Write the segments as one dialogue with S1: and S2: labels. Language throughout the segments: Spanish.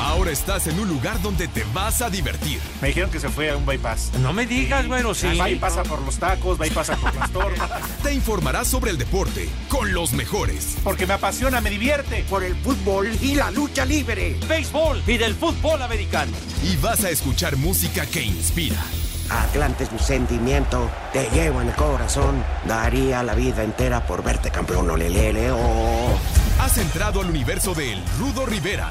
S1: Ahora estás en un lugar donde te vas a divertir.
S2: Me dijeron que se fue a un bypass. Ah,
S3: No me digas, bueno, sí.
S2: Va y pasa por los tacos, va y pasa por las tortas.
S1: Te informarás sobre el deporte con los mejores.
S2: Porque me apasiona, me divierte.
S4: por el fútbol y la lucha libre.
S3: Béisbol y del fútbol americano.
S1: Y vas a escuchar música que inspira.
S4: Atlante es un sentimiento, te llevo en el corazón. Daría la vida entera por verte campeón, olelele, oh.
S1: Has entrado al universo de El Rudo Rivera,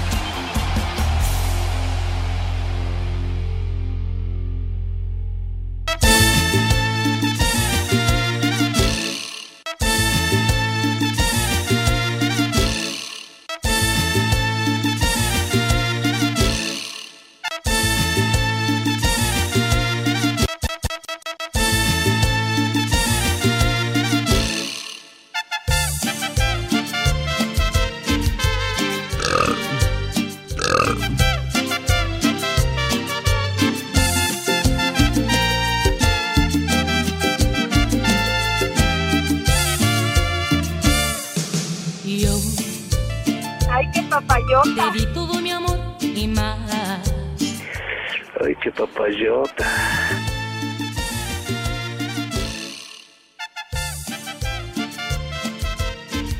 S5: Yo
S6: Ay, qué papayota.
S5: te di todo mi amor y más.
S7: Ay, qué papayota.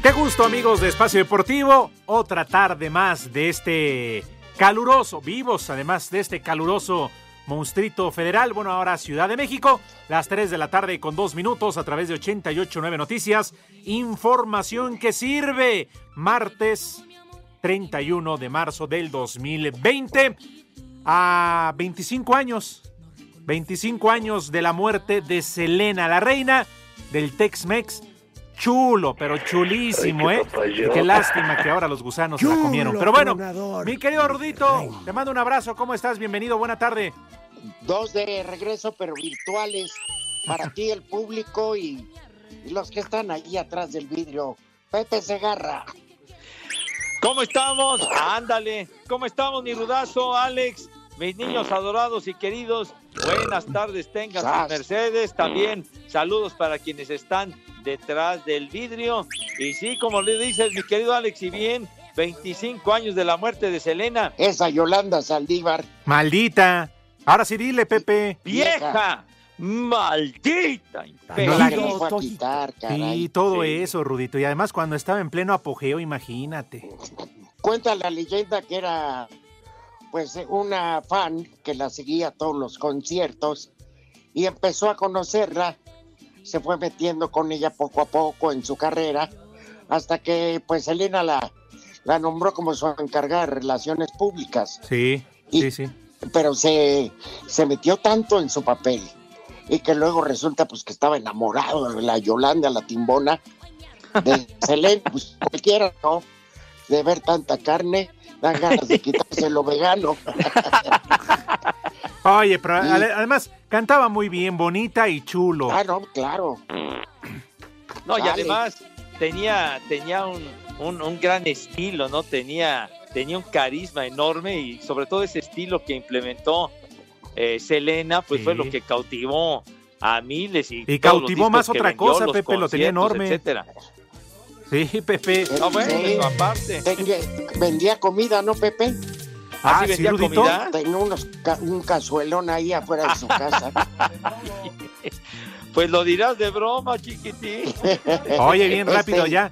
S2: Qué gusto, amigos de Espacio Deportivo. Otra tarde más de este caluroso, vivos además de este caluroso monstrito federal. Bueno, ahora Ciudad de México, las 3 de la tarde con 2 minutos a través de 889 Noticias. Información que sirve. Martes 31 de marzo del 2020. A 25 años 25 años de la muerte de Selena, la reina del Tex-Mex. Chulo, pero chulísimo,
S7: Ay, qué
S2: ¿eh?
S7: papayota.
S2: Y qué lástima que ahora los gusanos se la
S4: Chulo,
S2: comieron. Pero bueno,
S4: tronador.
S2: mi querido Rudito, te mando un abrazo. ¿Cómo estás? Bienvenido, buena tarde.
S8: dos de regreso, pero virtuales, para ti, el público y, y los que están ahí atrás del vidrio. Pepe Segarra.
S3: ¿Cómo estamos? Ándale. ¿Cómo estamos, mi rudazo, Alex? Mis niños adorados y queridos, buenas tardes, tengan sus
S8: Sas.
S3: mercedes. También saludos para quienes están detrás del vidrio. Y sí, como le dices, mi querido Alex, y bien, 25 años de la muerte de Selena.
S8: Esa Yolanda Saldívar.
S2: Maldita. Ahora sí, dile, Pepe.
S3: ¡Vieja! ¡Maldita!
S8: No la
S2: Pero-
S3: imperial!
S8: quiso a quitar,
S2: Y
S8: caray.
S2: todo
S3: sí.
S2: eso, Rudito. Y además, cuando estaba en pleno apogeo, imagínate.
S8: Cuenta la leyenda que era, pues, una fan que la seguía a todos los conciertos y empezó a conocerla. Se fue metiendo con ella poco a poco en su carrera, hasta que, pues, Elena la, la nombró como su encargada de relaciones públicas.
S2: Sí,
S8: Y-
S2: sí, sí.
S8: pero se, se metió tanto en su papel y que luego resulta pues que estaba enamorado de la Yolanda, la timbona, de Selena, pues cualquiera, ¿no? De ver tanta carne, dan ganas de quitarse lo vegano.
S2: Oye, pero
S8: Y-
S2: ale- además cantaba muy bien, bonita y chulo.
S8: Ah, no, claro.
S3: No, y
S8: Dale.
S3: además tenía, tenía un, un- un gran estilo, ¿no? Tenía, tenía un carisma enorme y sobre todo ese estilo que implementó eh, Selena, pues
S2: Sí.
S3: fue lo que cautivó a miles y
S2: Y
S3: todos los
S2: cautivó
S3: discos
S2: más
S3: que
S2: otra
S3: vendió,
S2: cosa,
S3: los
S2: Pepe, lo tenía
S3: conciertos,
S2: enorme.
S3: Etcétera.
S2: Sí, Pepe.
S3: No, bueno,
S8: Sí.
S3: eso aparte.
S8: Tenía- vendía comida, ¿no, Pepe?
S2: Ah,
S3: Así
S2: sí,
S3: vendía
S2: Rudito.
S3: comida.
S8: Tenía unos ca- un cazuelón ahí afuera de su casa.
S3: Pues lo dirás de broma, chiquitín.
S2: Oye, bien
S8: Este,
S2: rápido ya.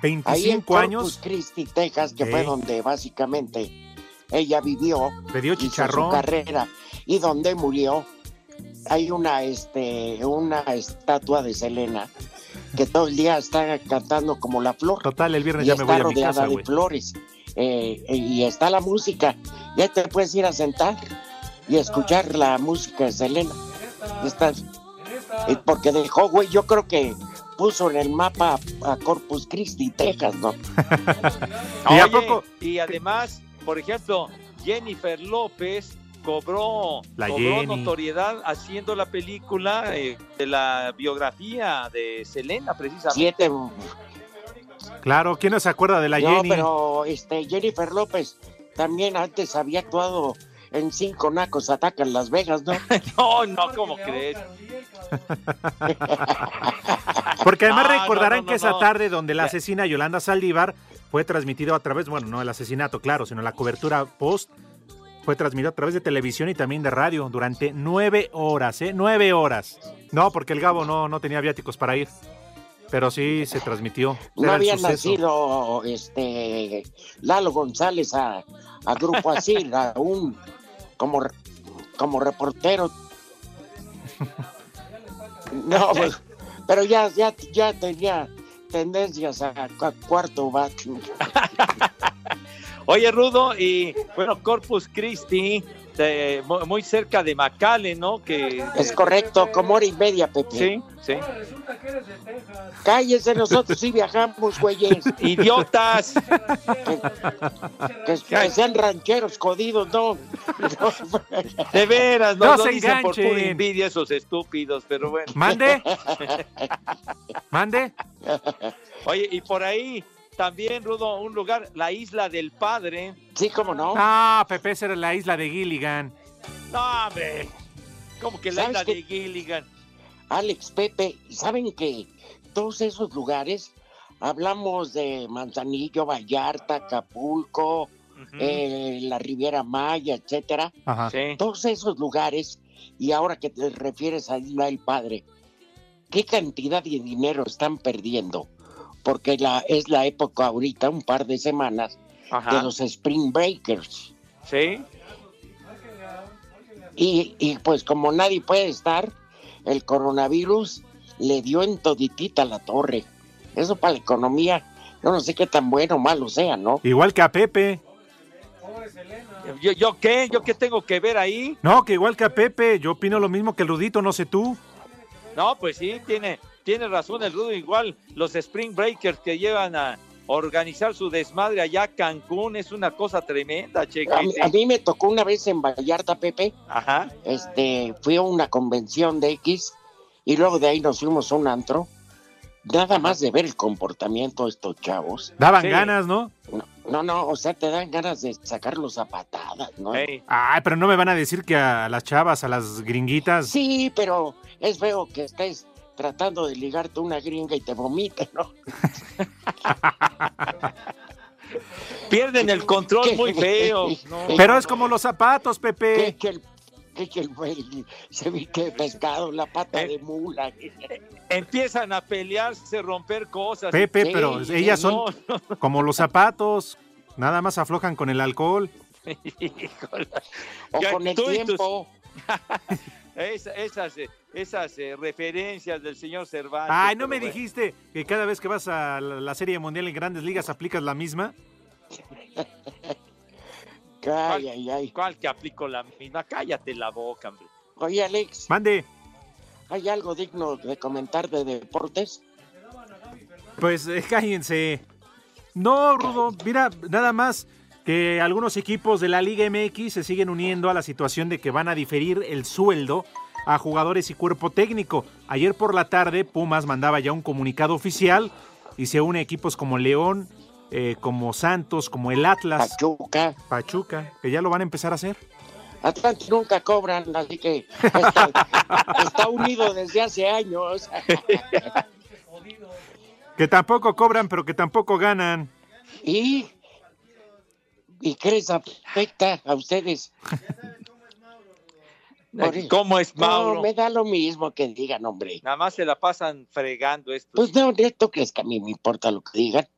S8: Ahí en
S2: 25
S8: Corpus
S2: años,
S8: Christi, Texas, que fue
S2: Sí.
S8: donde básicamente ella vivió.
S2: le dio
S8: pues, hizo su
S2: chicharrón.
S8: carrera y donde murió hay una este una estatua de Selena que todo el día está cantando como la flor
S2: Total, el viernes
S8: y
S2: ya me voy
S8: está
S2: a mi casa,
S8: rodeada de
S2: güey.
S8: flores Eh, y está la música ya te puedes ir a sentar y escuchar la música de Selena Estas, eh, porque dejó, güey, yo creo que puso en el mapa a Corpus Christi, Texas, ¿no?
S3: Oye, ¿Y, a poco? y además, por ejemplo, Jennifer López cobró,
S2: La
S3: cobró
S2: Jenny.
S3: notoriedad haciendo la película eh, de la biografía de Selena, precisamente.
S8: Siete.
S2: Claro, ¿quién no se acuerda de la
S8: no,
S2: Jenny?
S8: pero este, Jennifer López también antes había actuado en Cinco Nacos Atacan Las Vegas, ¿no?
S3: No, no, ¿cómo crees?
S2: Porque además
S3: Ah, no,
S2: recordarán
S3: no, no,
S2: que esa
S3: no.
S2: tarde donde la asesina Yolanda Saldívar fue transmitido a través, bueno, no el asesinato, claro, sino la cobertura post, fue transmitido a través de televisión y también de radio durante nueve horas, ¿eh? Nueve horas. No, porque el Gabo no, no tenía viáticos para ir. Pero sí se transmitió.
S8: No
S2: Era el
S8: había
S2: suceso.
S8: nacido este Lalo González a, a grupo así, a un como, re- como reportero. No, pues, pero ya, ya, ya tenía tendencias a, a cuarto bate.
S3: Oye, Rudo, y bueno, Corpus Christi, de- mu- muy cerca de Macale, ¿no? Que,
S8: Es correcto, como hora y media, Pepe.
S3: sí, sí.
S8: Cállese, nosotros sí viajamos, güeyes.
S3: Idiotas.
S8: Que, que- que sean rancheros jodidos, no.
S3: De veras, no,
S2: No
S3: lo
S2: se
S3: dicen por pura
S2: enganchen.
S3: envidia esos estúpidos, pero bueno.
S2: ¿Mande? ¿Mande?
S3: Oye, y por ahí también, Rudo, un lugar, la Isla del Padre.
S8: Sí, cómo no.
S2: Ah, Pepe, esa era la isla de Gilligan.
S3: No, hombre. Como que la
S8: ¿Sabes
S3: Isla
S8: qué?
S3: de Gilligan.
S8: Alex, Pepe, ¿saben que todos esos lugares, hablamos de Manzanillo, Vallarta, Acapulco,
S3: Ujú,
S8: eh, la Riviera Maya, etcétera,
S2: Ajá.
S3: Sí.
S8: todos esos lugares, y ahora que te refieres a Isla del Padre, ¿qué cantidad de dinero están perdiendo? Porque la, es la época ahorita, un par de semanas, de
S3: Ajá.
S8: los Spring Breakers.
S3: Sí.
S8: Y, y pues como nadie puede estar, el coronavirus le dio en toditita la torre. Eso para la economía, yo no sé qué tan bueno o malo sea, ¿no?
S2: Igual que a Pepe.
S3: ¿Yo, ¿Yo qué? ¿Yo qué tengo que ver ahí?
S2: No, que igual que a Pepe. Yo opino lo mismo que el Rudito, no sé tú.
S3: No, pues sí, tiene, tiene razón el Rudo. Igual los Spring Breakers que llevan a organizar su desmadre allá a Cancún es una cosa tremenda,
S8: A mí,
S3: chequete.
S8: a mí me tocó una vez en Vallarta, Pepe,
S3: Ajá.
S8: este, fui a una convención de X y luego de ahí nos fuimos a un antro. Nada más de ver el comportamiento de estos chavos.
S2: Daban
S3: Sí.
S2: ganas, ¿no?
S8: No, no, no, o sea, te dan ganas de sacarlos a patadas, ¿no?
S3: Ey.
S2: Ay, pero no me van a decir que a las chavas, a las gringuitas.
S8: Sí, pero es feo que estés tratando de ligarte a una gringa y te vomite, ¿no?
S3: Pierden el control muy feo. No.
S2: Pero es como los zapatos,
S8: Que,
S2: Pepe.
S8: que el, que, que el güey se viste de pescado, la pata
S3: Eh.
S8: de mula.
S3: Empiezan a pelearse, romper cosas.
S2: Pepe,
S8: Sí,
S2: pero
S8: sí,
S2: ellas
S3: No,
S2: son como los zapatos. Nada más aflojan con el alcohol.
S3: Híjole.
S8: O
S3: Ya,
S8: con el
S3: tú y tus-
S8: tiempo.
S3: Esa- esas eh, esas eh, referencias del señor Cervantes.
S2: Ay, no me
S3: pero bueno.
S2: dijiste que cada vez que vas a la la Serie Mundial en Grandes Ligas aplicas la misma.
S8: Ay, ay, ay.
S3: ¿Cuál que aplico la misma? Cállate la boca, hombre.
S8: Oye, Alex,
S2: Mande.
S8: ¿hay algo digno de comentar de deportes?
S2: Pues eh, cállense. No, Rudo, mira, nada más que algunos equipos de la Liga MX se siguen uniendo a la situación de que van a diferir el sueldo a jugadores y cuerpo técnico. Ayer por la tarde Pumas mandaba ya un comunicado oficial y se une equipos como León, eh, como Santos, como el Atlas,
S8: Pachuca.
S2: Pachuca, que ya lo van a empezar a hacer.
S8: Atlante nunca cobran, así que está, está unido desde hace años.
S2: Que tampoco cobran, pero que tampoco ganan.
S8: Y, y qué les afecta a ustedes. Por-
S3: ¿Cómo es Mauro?
S8: No, me da lo mismo que digan, hombre.
S3: Nada más se la pasan fregando esto.
S8: Pues no, ¿tú crees que a mí me importa lo que digan?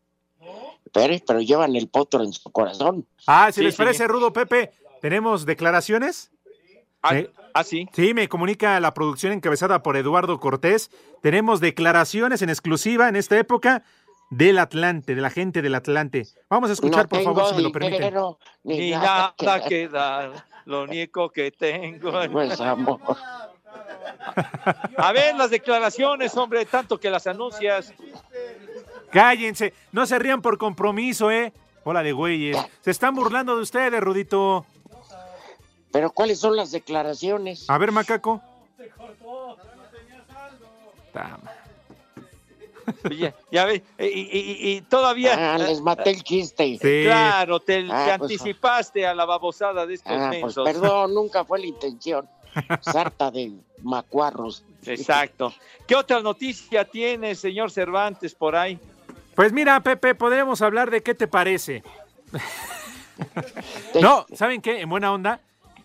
S8: Pero, pero llevan el potro en su corazón.
S2: Ah, si
S3: Sí,
S2: les
S3: sí.
S2: parece, Rudo Pepe, ¿tenemos declaraciones?
S3: ah,
S2: eh.
S3: ah, sí.
S2: Sí, me comunica la producción encabezada por Eduardo Cortés. Tenemos declaraciones en exclusiva en esta época del Atlante, de la gente del Atlante. Vamos a escuchar,
S8: no
S2: por
S8: tengo
S2: favor, si me lo permiten.
S8: dinero, ni,
S3: Ni
S8: nada,
S3: nada que dar. Lo único que tengo.
S8: Pues amor.
S3: A ver las declaraciones, hombre, tanto que las anuncias.
S2: Cállense, no se rían por compromiso, ¿eh? Hola de güeyes. Se están burlando de ustedes, Rudito.
S8: Pero ¿cuáles son las declaraciones?
S2: A ver, macaco.
S3: Ya, ya ves, y, y- y- y todavía. eh,
S8: Ah, les maté el chiste.
S2: Sí.
S3: Claro, te, te
S8: Ah, pues,
S3: anticipaste a la babosada de estos
S8: Ah, pues
S3: mensos.
S8: perdón, nunca fue la intención. Sarta de macuarros.
S3: Exacto. ¿Qué otra noticia tiene, señor Cervantes, por ahí?
S2: Pues mira, Pepe, podemos hablar de qué te parece. No, ¿saben qué? En buena onda,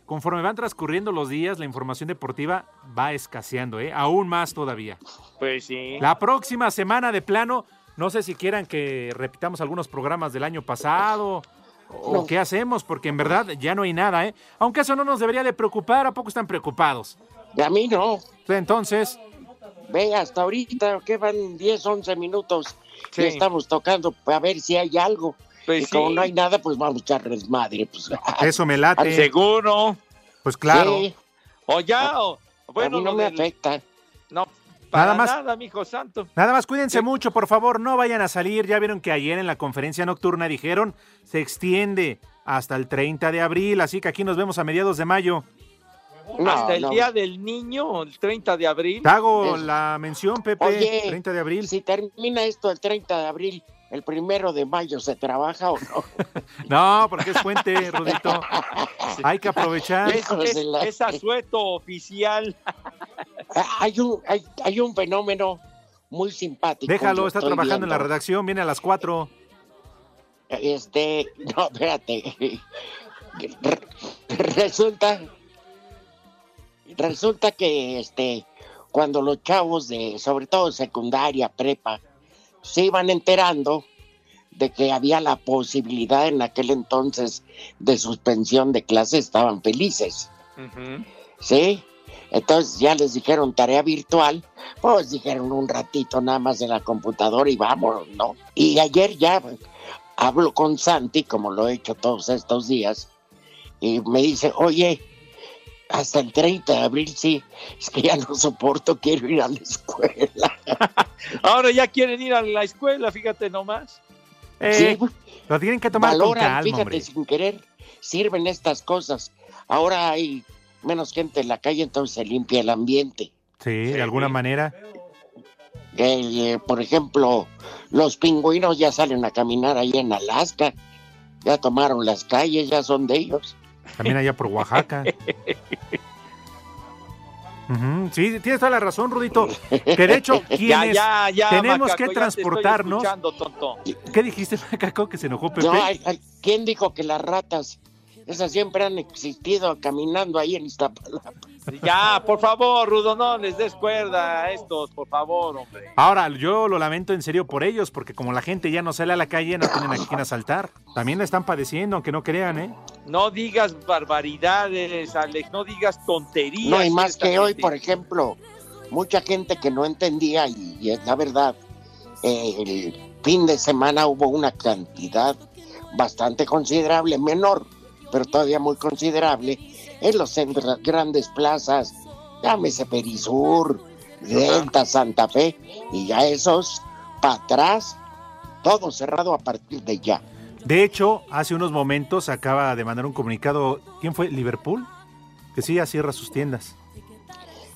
S2: conforme van transcurriendo los días, la información deportiva va escaseando, ¿eh? Aún más todavía.
S3: Pues sí.
S2: La próxima semana de plano, no sé si quieran que repitamos algunos programas del año pasado o
S8: No.
S2: qué hacemos, porque en verdad ya no hay nada, ¿eh? Aunque eso no nos debería de preocupar, ¿a poco están preocupados?
S8: Y a mí no.
S2: Entonces,
S8: Ve, hasta ahorita, que van 10, 11 minutos.
S3: Sí.
S8: Y estamos tocando para ver si hay algo.
S3: Pues
S8: y como
S3: sí. Eh,
S8: no hay nada, pues vamos a echarles madre. Pues,
S2: eso me late.
S3: Seguro.
S2: Pues claro.
S8: Sí,
S3: O ya, o. Bueno,
S8: a mí no
S3: lo
S8: me
S3: del-
S8: afecta.
S3: No, para
S2: Nada más.
S3: nada, mijo santo.
S2: Nada más cuídense
S3: Sí.
S2: mucho, por favor, no vayan a salir. Ya vieron que ayer en la conferencia nocturna dijeron se extiende hasta el 30 de abril, así que aquí nos vemos a mediados de mayo.
S8: No,
S3: Hasta el
S8: no.
S3: día del niño, el 30 de abril.
S2: Te hago
S8: Es-
S2: la mención, Pepe,
S8: Oye,
S2: 30 de abril.
S8: Si termina esto el 30 de abril, el primero de mayo, ¿se trabaja o no?
S2: No, porque es puente, Rudito. Hay que aprovechar.
S3: Es,
S8: hijos
S3: es-
S8: de la-
S3: es asueto oficial.
S8: Ah, Hay un, hay, hay un fenómeno muy simpático.
S2: Déjalo,
S8: yo
S2: está
S8: estoy
S2: trabajando en la
S8: viendo.
S2: redacción, viene a las 4.
S8: Este, no, espérate. Re- Resulta, resulta que este, cuando los chavos de, sobre todo secundaria, prepa, se iban enterando de que había la posibilidad en aquel entonces de suspensión de clases, estaban felices, ¿sí? Entonces ya les dijeron tarea virtual, pues dijeron un ratito nada más en la computadora y vámonos, ¿no? Y ayer ya hablo con Santi, como lo he hecho todos estos días, y me dice, oye, hasta el 30 de abril sí, es que ya no soporto, quiero ir a la escuela.
S3: Ahora ya quieren ir a la escuela, fíjate nomás.
S2: Eh,
S8: sí,
S2: lo tienen que tomar con
S8: valoran,
S2: calma,
S8: fíjate,
S2: hombre.
S8: sin querer sirven estas cosas. Ahora hay menos gente en la calle, entonces se limpia el ambiente.
S2: Sí, de alguna manera.
S8: Eh, eh, por ejemplo, los pingüinos ya salen a caminar ahí en Alaska, ya tomaron las calles, ya son de ellos.
S2: También allá por Oaxaca. Ujú, Sí, tienes toda la razón, Rudito. Que de hecho,
S3: Ya,
S2: quienes
S3: ya, ya.
S2: tenemos que
S3: ya te
S2: transportarnos.
S3: estoy escuchando, tonto.
S2: ¿Qué dijiste, Macaco, que se enojó Pepe?
S8: No, ay, ay, ¿quién dijo que las ratas, esas siempre han existido caminando ahí en Iztapalapa?
S3: Ya, por favor, Rudo, no les des cuerda a estos, por favor, hombre.
S2: Ahora, yo lo lamento en serio por ellos, porque como la gente ya no sale a la calle, no tienen a quién asaltar. También la están padeciendo, aunque no crean, ¿eh?
S3: No digas barbaridades, Alex, no digas tonterías.
S8: No, y más que hoy,
S3: ciertamente.
S8: por ejemplo, mucha gente que no entendía, y, y es la verdad, eh, el fin de semana hubo una cantidad bastante considerable, menor, pero todavía muy considerable, en los centros, las grandes plazas, llámese Perisur, Delta, Santa Fe, y ya esos, para atrás, todo cerrado a partir de ya.
S2: De hecho, hace unos momentos acaba de mandar un comunicado. ¿Quién fue? ¿Liverpool? Que sí, ya cierra sus tiendas.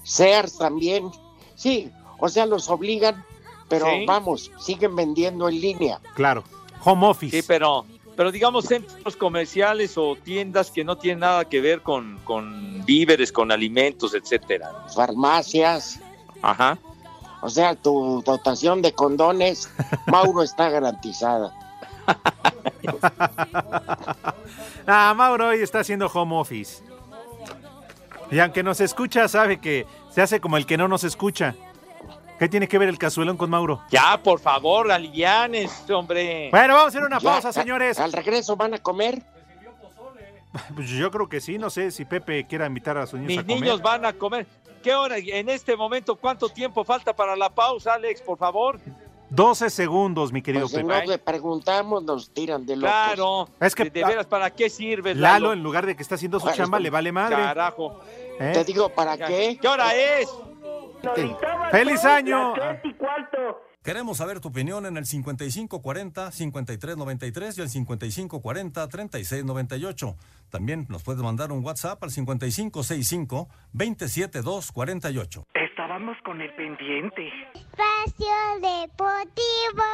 S8: Sears también. Sí, o sea, los obligan, pero
S3: Sí.
S8: vamos, siguen vendiendo en línea.
S2: Claro. Home office.
S3: Sí, pero, pero digamos centros comerciales o tiendas que no tienen nada que ver con, con víveres, con alimentos, etcétera.
S8: Farmacias,
S3: Ajá.
S8: o sea, tu dotación de condones, Mauro está garantizada.
S2: Ah, Mauro hoy está haciendo home office. Y aunque nos escucha, sabe que se hace como el que no nos escucha. ¿Qué tiene que ver el cazuelón con Mauro?
S3: Ya, por favor, alivianes, hombre.
S2: Bueno, vamos a hacer una
S8: Ya,
S2: pausa,
S8: a-
S2: señores.
S8: Al regreso van a comer.
S2: Pues yo creo que sí, no sé si Pepe quiera invitar a sus niños
S3: Mis
S2: a comer.
S3: niños van a comer. ¿Qué hora? En este momento, ¿cuánto tiempo falta para la pausa, Alex, por favor?
S2: 12 segundos, mi querido
S8: Pues si
S2: Pepe.
S8: no le preguntamos, nos tiran de locos.
S3: Claro.
S2: Es que-
S3: de, de veras, ¿para qué sirve,
S2: Lalo, en lugar de que está haciendo su
S8: Bueno,
S2: chamba,
S8: está-
S2: le vale madre.
S3: Carajo.
S2: ¿eh?
S8: Te digo, ¿para qué?
S3: ¿Qué hora es?
S9: Solitaba
S2: ¡Feliz
S9: todo,
S2: año!
S9: las tres y cuarto.
S10: Queremos saber tu opinión en el 5540-5393 y el 5540-3698. También nos puedes mandar un WhatsApp al 5565-27248.
S11: Estábamos con el pendiente.
S12: Espacio Deportivo.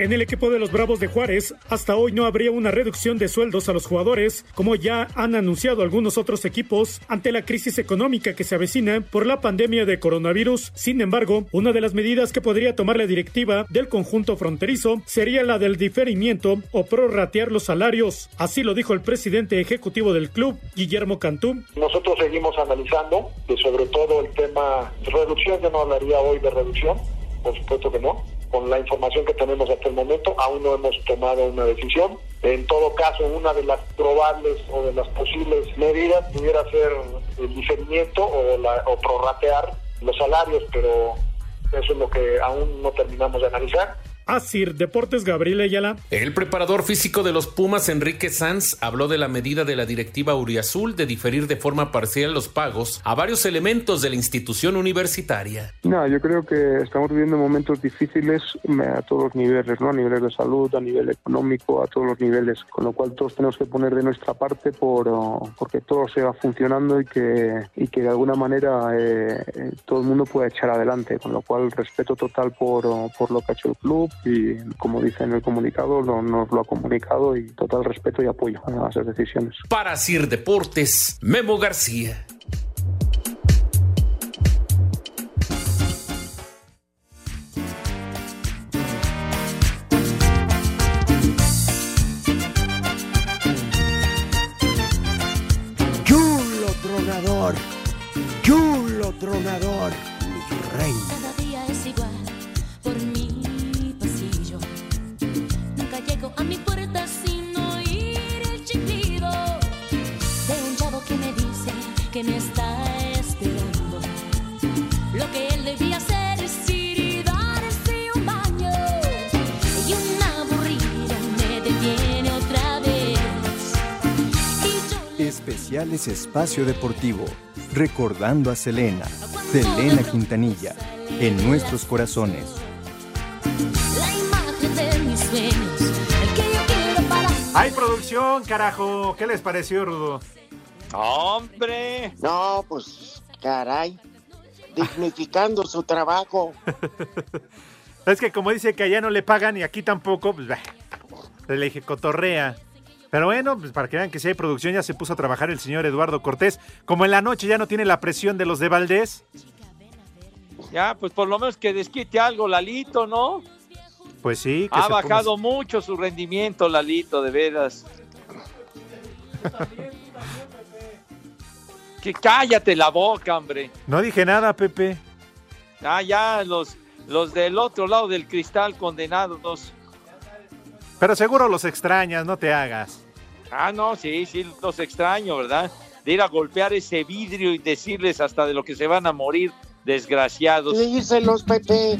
S13: En el equipo de los Bravos de Juárez, hasta hoy no habría una reducción de sueldos a los jugadores, como ya han anunciado algunos otros equipos, ante la crisis económica que se avecina por la pandemia de coronavirus. Sin embargo, una de las medidas que podría tomar la directiva del conjunto fronterizo sería la del diferimiento o prorratear los salarios. Así lo dijo el presidente ejecutivo del club, Guillermo Cantú.
S14: Nosotros seguimos analizando, que sobre todo el tema reducción, yo no hablaría hoy de reducción, por supuesto que no. Con la información que tenemos hasta el momento, aún no hemos tomado una decisión. En todo caso, una de las probables o de las posibles medidas pudiera ser el diferimiento o, la, o prorratear los salarios, pero eso es lo que aún no terminamos de analizar.
S13: Asir Ah, Deportes Gabriel Ayala.
S15: El preparador físico de los Pumas, Enrique Sanz, habló de la medida de la directiva Uriazul de diferir de forma parcial los pagos a varios elementos de la institución universitaria.
S16: No, yo creo que estamos viviendo momentos difíciles mm, a todos los niveles, ¿no? A nivel de salud, a nivel económico, a todos los niveles. Con lo cual todos tenemos que poner de nuestra parte por oh, porque todo sea funcionando y que, y que de alguna manera eh, todo el mundo pueda echar adelante. Con lo cual respeto total por, oh, por lo que ha hecho el club y como dice en el comunicado, no, nos lo ha comunicado y total respeto y apoyo a esas decisiones.
S15: Para Sir Deportes, Memo García.
S4: Chulo tronador, chulo tronador, mi rey.
S5: Cada día es igual por mi pasillo. Nunca llego a mi puerta sin oír el chiflido de un chavo que me dice que me está esperando. Lo que él debía hacer es ir y darse un baño. Y una aburrida me detiene otra vez.
S17: Especiales Espacio Deportivo. Recordando a Selena. Selena Quintanilla. En nuestros corazones.
S5: La imagen de mis sueños, el que yo quiero para
S2: ¡Hay producción, carajo! ¿Qué les pareció, Rudo?
S3: ¡Hombre!
S8: No, pues, caray. Dignificando su trabajo.
S2: Es que como dice que allá no le pagan y aquí tampoco, pues bah, le dije cotorrea. Pero bueno, pues para que vean que si hay producción ya se puso a trabajar el señor Eduardo Cortés. Como en la noche ya no tiene la presión de los de Valdés,
S3: Ya, pues por lo menos que desquite algo, Lalito, ¿no?
S2: pues sí. que
S3: Ha
S2: se ponga-
S3: bajado mucho su rendimiento, Lalito, de veras. que cállate la boca, hombre.
S2: No dije nada, Pepe.
S3: Ah, ya los, los del otro lado del cristal condenados.
S2: Pero seguro los extrañas, no te hagas.
S3: Ah, no, sí, sí, los extraño, ¿verdad? De ir a golpear ese vidrio y decirles hasta de lo que se van a morir, desgraciados.
S8: Díselos, Pepe.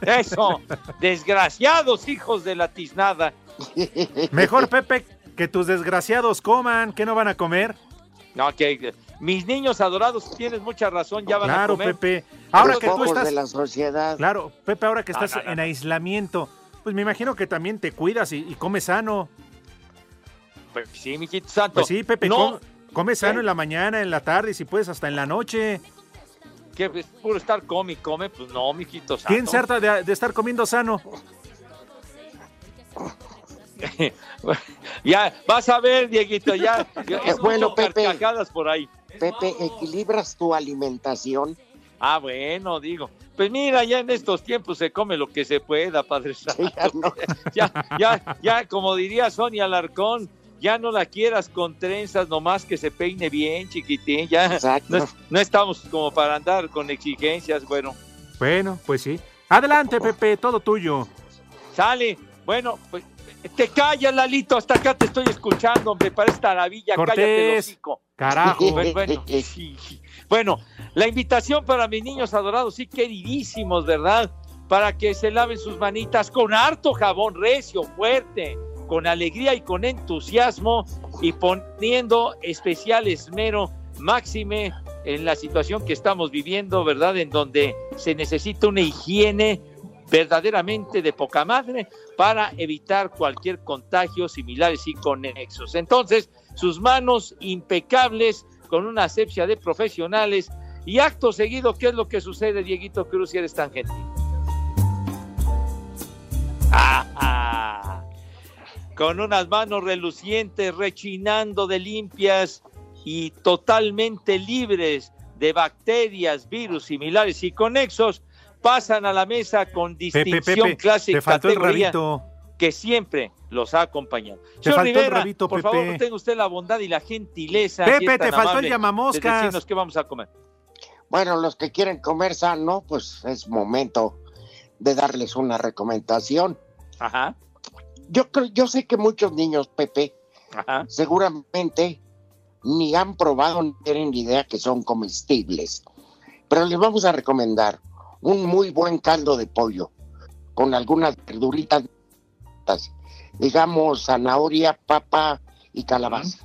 S3: Eso, desgraciados hijos de la tiznada.
S2: Mejor, Pepe, que tus desgraciados coman. ¿Qué no van a comer?
S3: No, que mis niños adorados, tienes mucha razón, ya van
S2: Claro,
S3: a comer.
S2: Pepe. Ahora
S8: Los
S2: que tú
S8: ojos
S2: estás.
S8: de la sociedad.
S2: Claro, Pepe, ahora que
S3: Ah, No,
S2: estás
S3: no, no.
S2: en aislamiento, pues me imagino que también te cuidas y, y comes sano.
S3: Pues sí, mijito santo.
S2: Pues sí, Pepe,
S3: no,
S2: come, come sano en la mañana, en la tarde y si puedes hasta en la noche.
S3: que es puro estar come y come, pues no, mijito santo.
S2: ¿Quién se harta de, de estar comiendo sano?
S3: ya, vas a ver, Dieguito, ya. ya
S8: Qué bueno,
S3: escucho
S8: Pepe.
S3: carcajadas por ahí.
S8: Pepe, equilibras tu alimentación.
S3: Ah, bueno, digo. Pues mira, ya en estos tiempos se come lo que se pueda, Padre Santo.
S8: Ya no.
S3: Ya, ya, ya, como diría Sonia Alarcón, ya no la quieras con trenzas, nomás que se peine bien, chiquitín. Ya
S8: Exacto.
S3: no, es- no estamos como para andar con exigencias, bueno.
S2: Bueno, pues sí. Adelante, Pepe, todo tuyo.
S3: Sale. Bueno, pues te callas, Lalito. Hasta acá te estoy escuchando, hombre. Para esta maravilla. Cállate, el
S2: Cortés.
S3: hocico.
S2: Carajo.
S3: Bueno, bueno, sí. Bueno, la invitación para mis niños adorados y queridísimos, ¿verdad? para que se laven sus manitas con harto jabón recio, fuerte, con alegría y con entusiasmo y poniendo especial esmero máxime en la situación que estamos viviendo, ¿verdad? En donde se necesita una higiene verdaderamente de poca madre para evitar cualquier contagio similares y conexos. Entonces, sus manos impecables con una asepsia de profesionales y acto seguido, ¿qué es lo que sucede, Dieguito Cruz, si eres tan gentil? ¡Ah! Con unas manos relucientes, rechinando de limpias y totalmente libres de bacterias, virus similares y conexos, pasan a la mesa con distinción Pepe, Pepe, clásica categoría que siempre los ha acompañado.
S2: Te faltó Rivera, el rabito,
S3: por
S2: Pepe.
S3: favor, tenga usted la bondad y la gentileza.
S2: Pepe, te faltó el llamamoscas.
S3: Decirnos qué vamos a comer.
S8: Bueno, los que quieren comer sano, pues es momento de darles una recomendación.
S3: Ajá.
S8: Yo creo, yo sé que muchos niños, Pepe,
S3: Ajá.
S8: seguramente ni han probado ni tienen idea que son comestibles. Pero les vamos a recomendar un muy buen caldo de pollo con algunas verduritas, digamos zanahoria, papa y calabaza.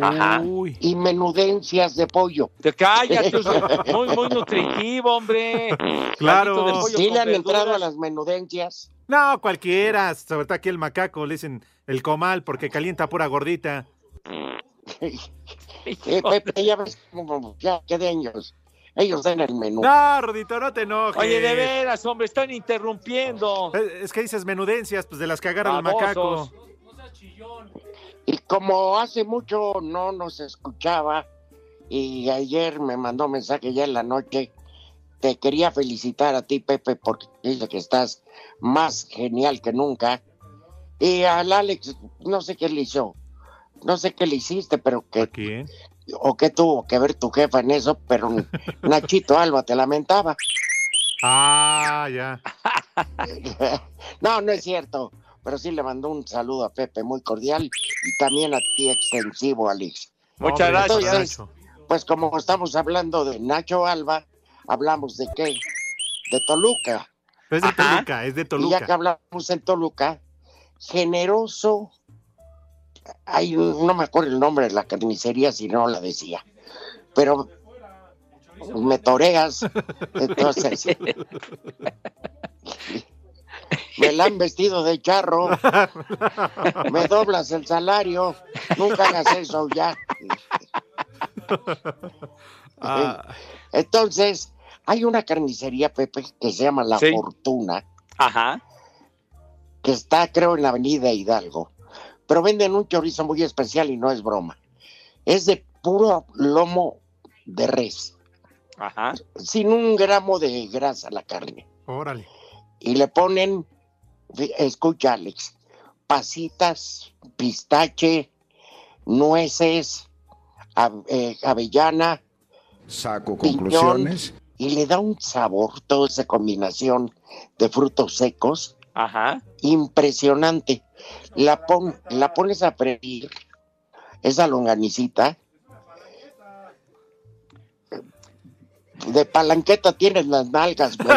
S3: Ajá.
S8: Y menudencias de pollo.
S3: Te cállate, es muy, muy nutritivo, hombre.
S2: Claro.
S3: Platito de pollo
S8: ¿Sí
S3: con
S8: le han entrado
S3: verduras.
S8: a las menudencias?
S2: No, cualquiera, sobre todo aquí el macaco, le dicen el comal porque calienta pura gordita.
S8: Eh, Pepe, ya ves como ya, ya de años. Ellos dan el menú.
S2: No, Rodito, no te enojes.
S3: Oye, de veras, hombre, están interrumpiendo.
S2: Eh, Es que dices menudencias, pues de las que agarra el macaco.
S3: Babosos.
S8: Y como hace mucho no nos escuchaba, y ayer me mandó mensaje ya en la noche, te quería felicitar a ti, Pepe, porque dice que estás más genial que nunca. Y al Alex, no sé qué le hizo, no sé qué le hiciste, pero que... O qué tuvo que ver tu jefa en eso, pero Nachito Alba te lamentaba.
S2: Ah, ya.
S8: No, no es cierto. Pero sí le mandó un saludo a Pepe muy cordial y también a ti extensivo, Alex.
S3: Muchas gracias.
S8: Entonces, pues como estamos hablando de Nacho Alba, hablamos de qué? De Toluca.
S2: Es de Toluca, es de
S8: Y ya que
S2: Toluca.
S8: hablamos en Toluca, generoso, hay un- no me acuerdo el nombre de la carnicería si no la decía, pero me toreas, entonces me la han vestido de charro, me doblas el salario, nunca hagas eso ya. Entonces, hay una carnicería, Pepe, que se llama La
S3: Sí.
S8: Fortuna
S3: Ajá.
S8: que está creo en la avenida Hidalgo, pero venden un chorizo muy especial y no es broma. Es de puro lomo de res,
S3: Ajá.
S8: sin un gramo de grasa la carne.
S2: Órale.
S8: Y le ponen, fi- escucha Alex, pasitas, pistache, nueces, a- eh, avellana.
S9: Saco
S8: piñón,
S9: conclusiones.
S8: Y le da un sabor, toda esa combinación de frutos secos
S3: Ajá.
S8: impresionante. La, pon- la pones a freír, esa longanicita. De palanqueta tienes las nalgas, güey.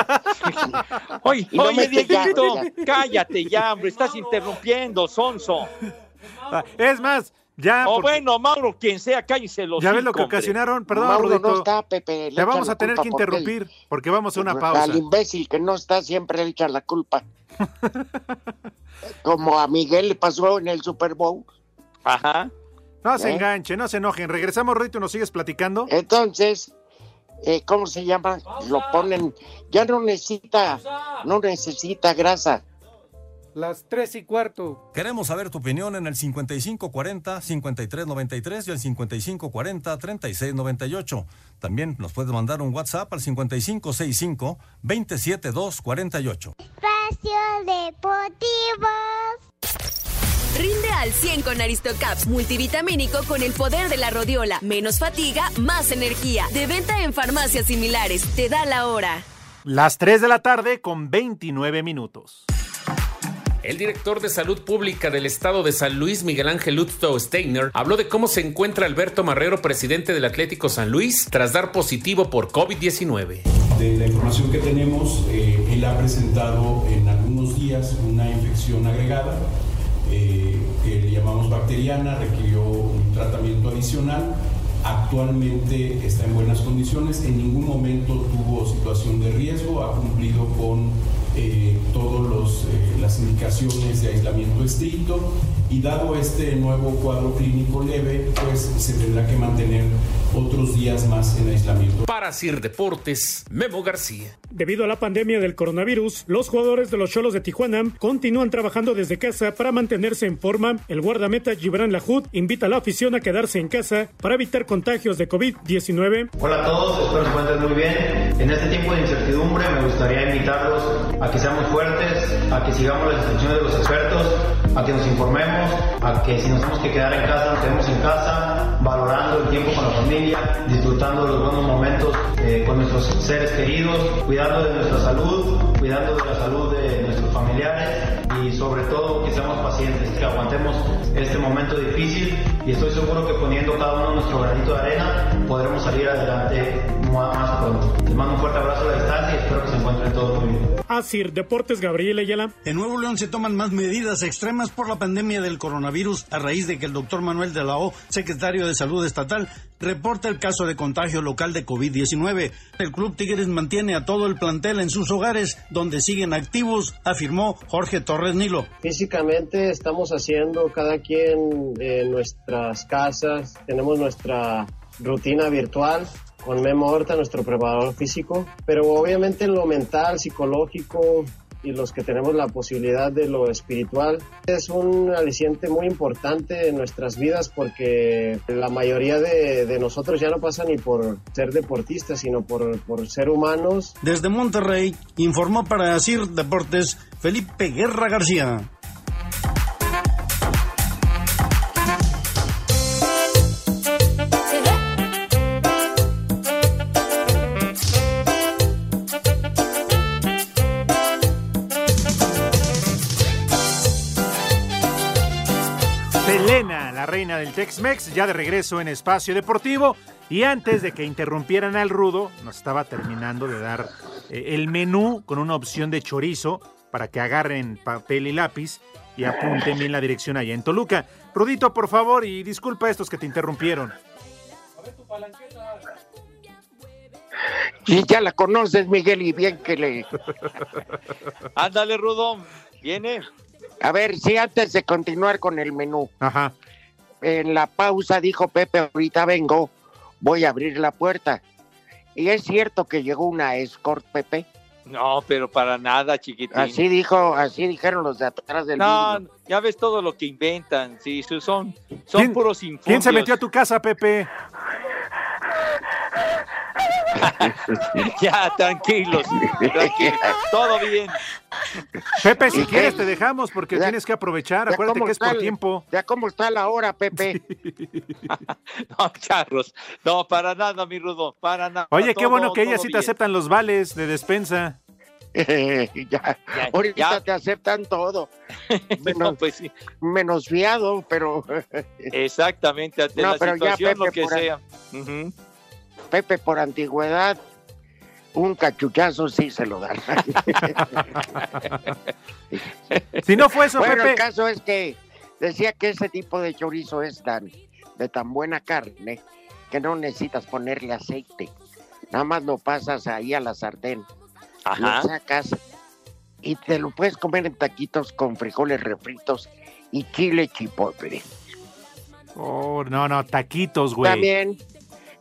S3: Oye,
S8: Y no
S3: oye,
S8: me estés ya,
S3: Dieguito,
S8: ya.
S3: cállate ya, hombre, estás interrumpiendo, Sonso.
S2: Ah, Es más, ya.
S3: O
S2: por-
S3: bueno, Mauro, quien sea, cállense los
S2: Ah, Ya ves lo que
S3: cinco, hombre.
S2: ocasionaron, perdón,
S8: Mauro
S2: Rodito.
S8: no está, Pepe. le
S2: Ya vamos
S8: echa
S2: a
S8: la
S2: tener
S8: culpa
S2: que
S8: porque él-
S2: interrumpir porque vamos a una pausa.
S8: Al imbécil que no está siempre le echa la culpa. Como a Miguel le pasó en el Super Bowl.
S3: Ajá.
S2: No
S8: ¿Eh?
S2: se enganche, no se enojen. Regresamos, Rodito, nos sigues platicando.
S8: Entonces, eh, ¿cómo se llama? Lo ponen, ya no necesita, no necesita grasa.
S10: Las 3 y cuarto. Queremos saber tu opinión en el 5540-5393 y el 5540-3698. También nos puedes mandar un WhatsApp al 5565-27248.
S12: Espacio Deportivo.
S18: Rinde al 100 con Aristocaps multivitamínico con el poder de la rodiola. Menos fatiga, más energía. De venta en farmacias similares. Te da la hora.
S2: Las 3 de la tarde con 29 minutos.
S15: El director de Salud Pública del Estado de San Luis, Miguel Ángel Lutzow Steiner, habló de cómo se encuentra Alberto Marrero, presidente del Atlético San Luis, tras dar positivo por COVID-19.
S19: de la información que tenemos, eh,
S9: Él ha presentado en algunos días una infección agregada eh, que le llamamos bacteriana, requirió un tratamiento adicional. Actualmente está en buenas condiciones, en ningún momento tuvo situación de riesgo, ha cumplido con eh, todas eh, las indicaciones de aislamiento estricto y dado este nuevo cuadro clínico leve, pues se tendrá que mantener otros días más en aislamiento.
S15: Para Sir Deportes, Memo García.
S13: Debido a la pandemia del coronavirus, los jugadores de los Cholos de Tijuana continúan trabajando desde casa para mantenerse en forma. El guardameta Gibran Lajud invita a la afición a quedarse en casa para evitar contagios de COVID-19.
S19: Hola a todos, espero que se encuentren muy bien. En este tiempo de incertidumbre me gustaría invitarlos a que seamos fuertes, a que sigamos las instrucciones de los expertos, a que nos informemos, a que si nos tenemos que quedar en casa, nos quedemos en casa, valorando el tiempo con la familia, disfrutando los buenos momentos eh, con nuestros seres queridos, cuidando de nuestra salud, cuidando de la salud de nuestros familiares y sobre todo que seamos pacientes, que aguantemos este momento difícil y estoy seguro que poniendo cada uno nuestro granito de arena podremos salir adelante más pronto. Les mando un fuerte abrazo a la distancia y espero que se encuentren todos muy bien.
S13: Asir Deportes Gabriel Ayala.
S20: En Nuevo León se toman más medidas extremas por la pandemia del coronavirus a raíz de que el doctor Manuel de la O, secretario de Salud Estatal, reporta el caso de contagio local de COVID-19. El Club Tigres mantiene a todo el plantel en sus hogares, donde siguen activos, afirmó Jorge Torres Nilo.
S21: Físicamente estamos haciendo cada quien en nuestras casas, tenemos nuestra rutina virtual con Memo Horta, nuestro preparador físico, pero obviamente en lo mental, psicológico y los que tenemos la posibilidad de lo espiritual, es un aliciente muy importante en nuestras vidas porque la mayoría de, de nosotros ya no pasa ni por ser deportistas, sino por, por ser humanos.
S20: Desde Monterrey informó para CIR Deportes Felipe Guerra García.
S2: la reina del Tex-Mex, ya de regreso en Espacio Deportivo. Y antes de que interrumpieran al rudo, nos estaba terminando de dar eh, el menú con una opción de chorizo para que agarren papel y lápiz y apunten bien la dirección allá en Toluca. Rudito, por favor, y disculpa a estos que te interrumpieron.
S8: Y ya la conoces, Miguel, y bien que le...
S3: Ándale, Rudo, viene.
S8: A ver, si sí, antes de continuar con el menú.
S2: Ajá.
S8: En la pausa dijo Pepe, ahorita vengo, voy a abrir la puerta. ¿Y es cierto que llegó una escort, Pepe?
S3: No, pero para nada, chiquitín.
S8: Así dijo, así dijeron los de atrás del
S3: No, libro. ya ves todo lo que inventan, sí, son, son
S2: ¿Quién,
S3: puros infundios.
S2: ¿Quién se metió a tu casa, Pepe?
S3: ya, tranquilos, tranquilos, todo bien.
S2: Pepe, si quieres te dejamos porque ya, tienes que aprovechar, acuérdate que es por
S8: el,
S2: tiempo.
S8: Ya cómo está la hora, Pepe.
S3: no, charros, no, para nada, mi Rudo, para nada.
S2: Oye, qué
S3: todo,
S2: bueno que ella sí
S3: bien.
S2: te aceptan los vales de despensa.
S8: Eh, ya, ya, ahorita ya. te aceptan todo. Menos, no, pues sí. menos fiado, pero...
S3: Exactamente, ante no, la pero situación, Pepe, lo que sea. Uh -huh.
S8: Pepe por antigüedad, un cachuchazo sí se lo dan.
S2: si no fue eso,
S8: bueno,
S2: Pepe.
S8: el caso es que decía que ese tipo de chorizo es tan, de tan buena carne que no necesitas ponerle aceite. Nada más lo pasas ahí a la sartén,
S3: Ajá.
S8: lo sacas y te lo puedes comer en taquitos con frijoles refritos y chile chipotle.
S2: Oh, no, no, taquitos, güey.
S8: También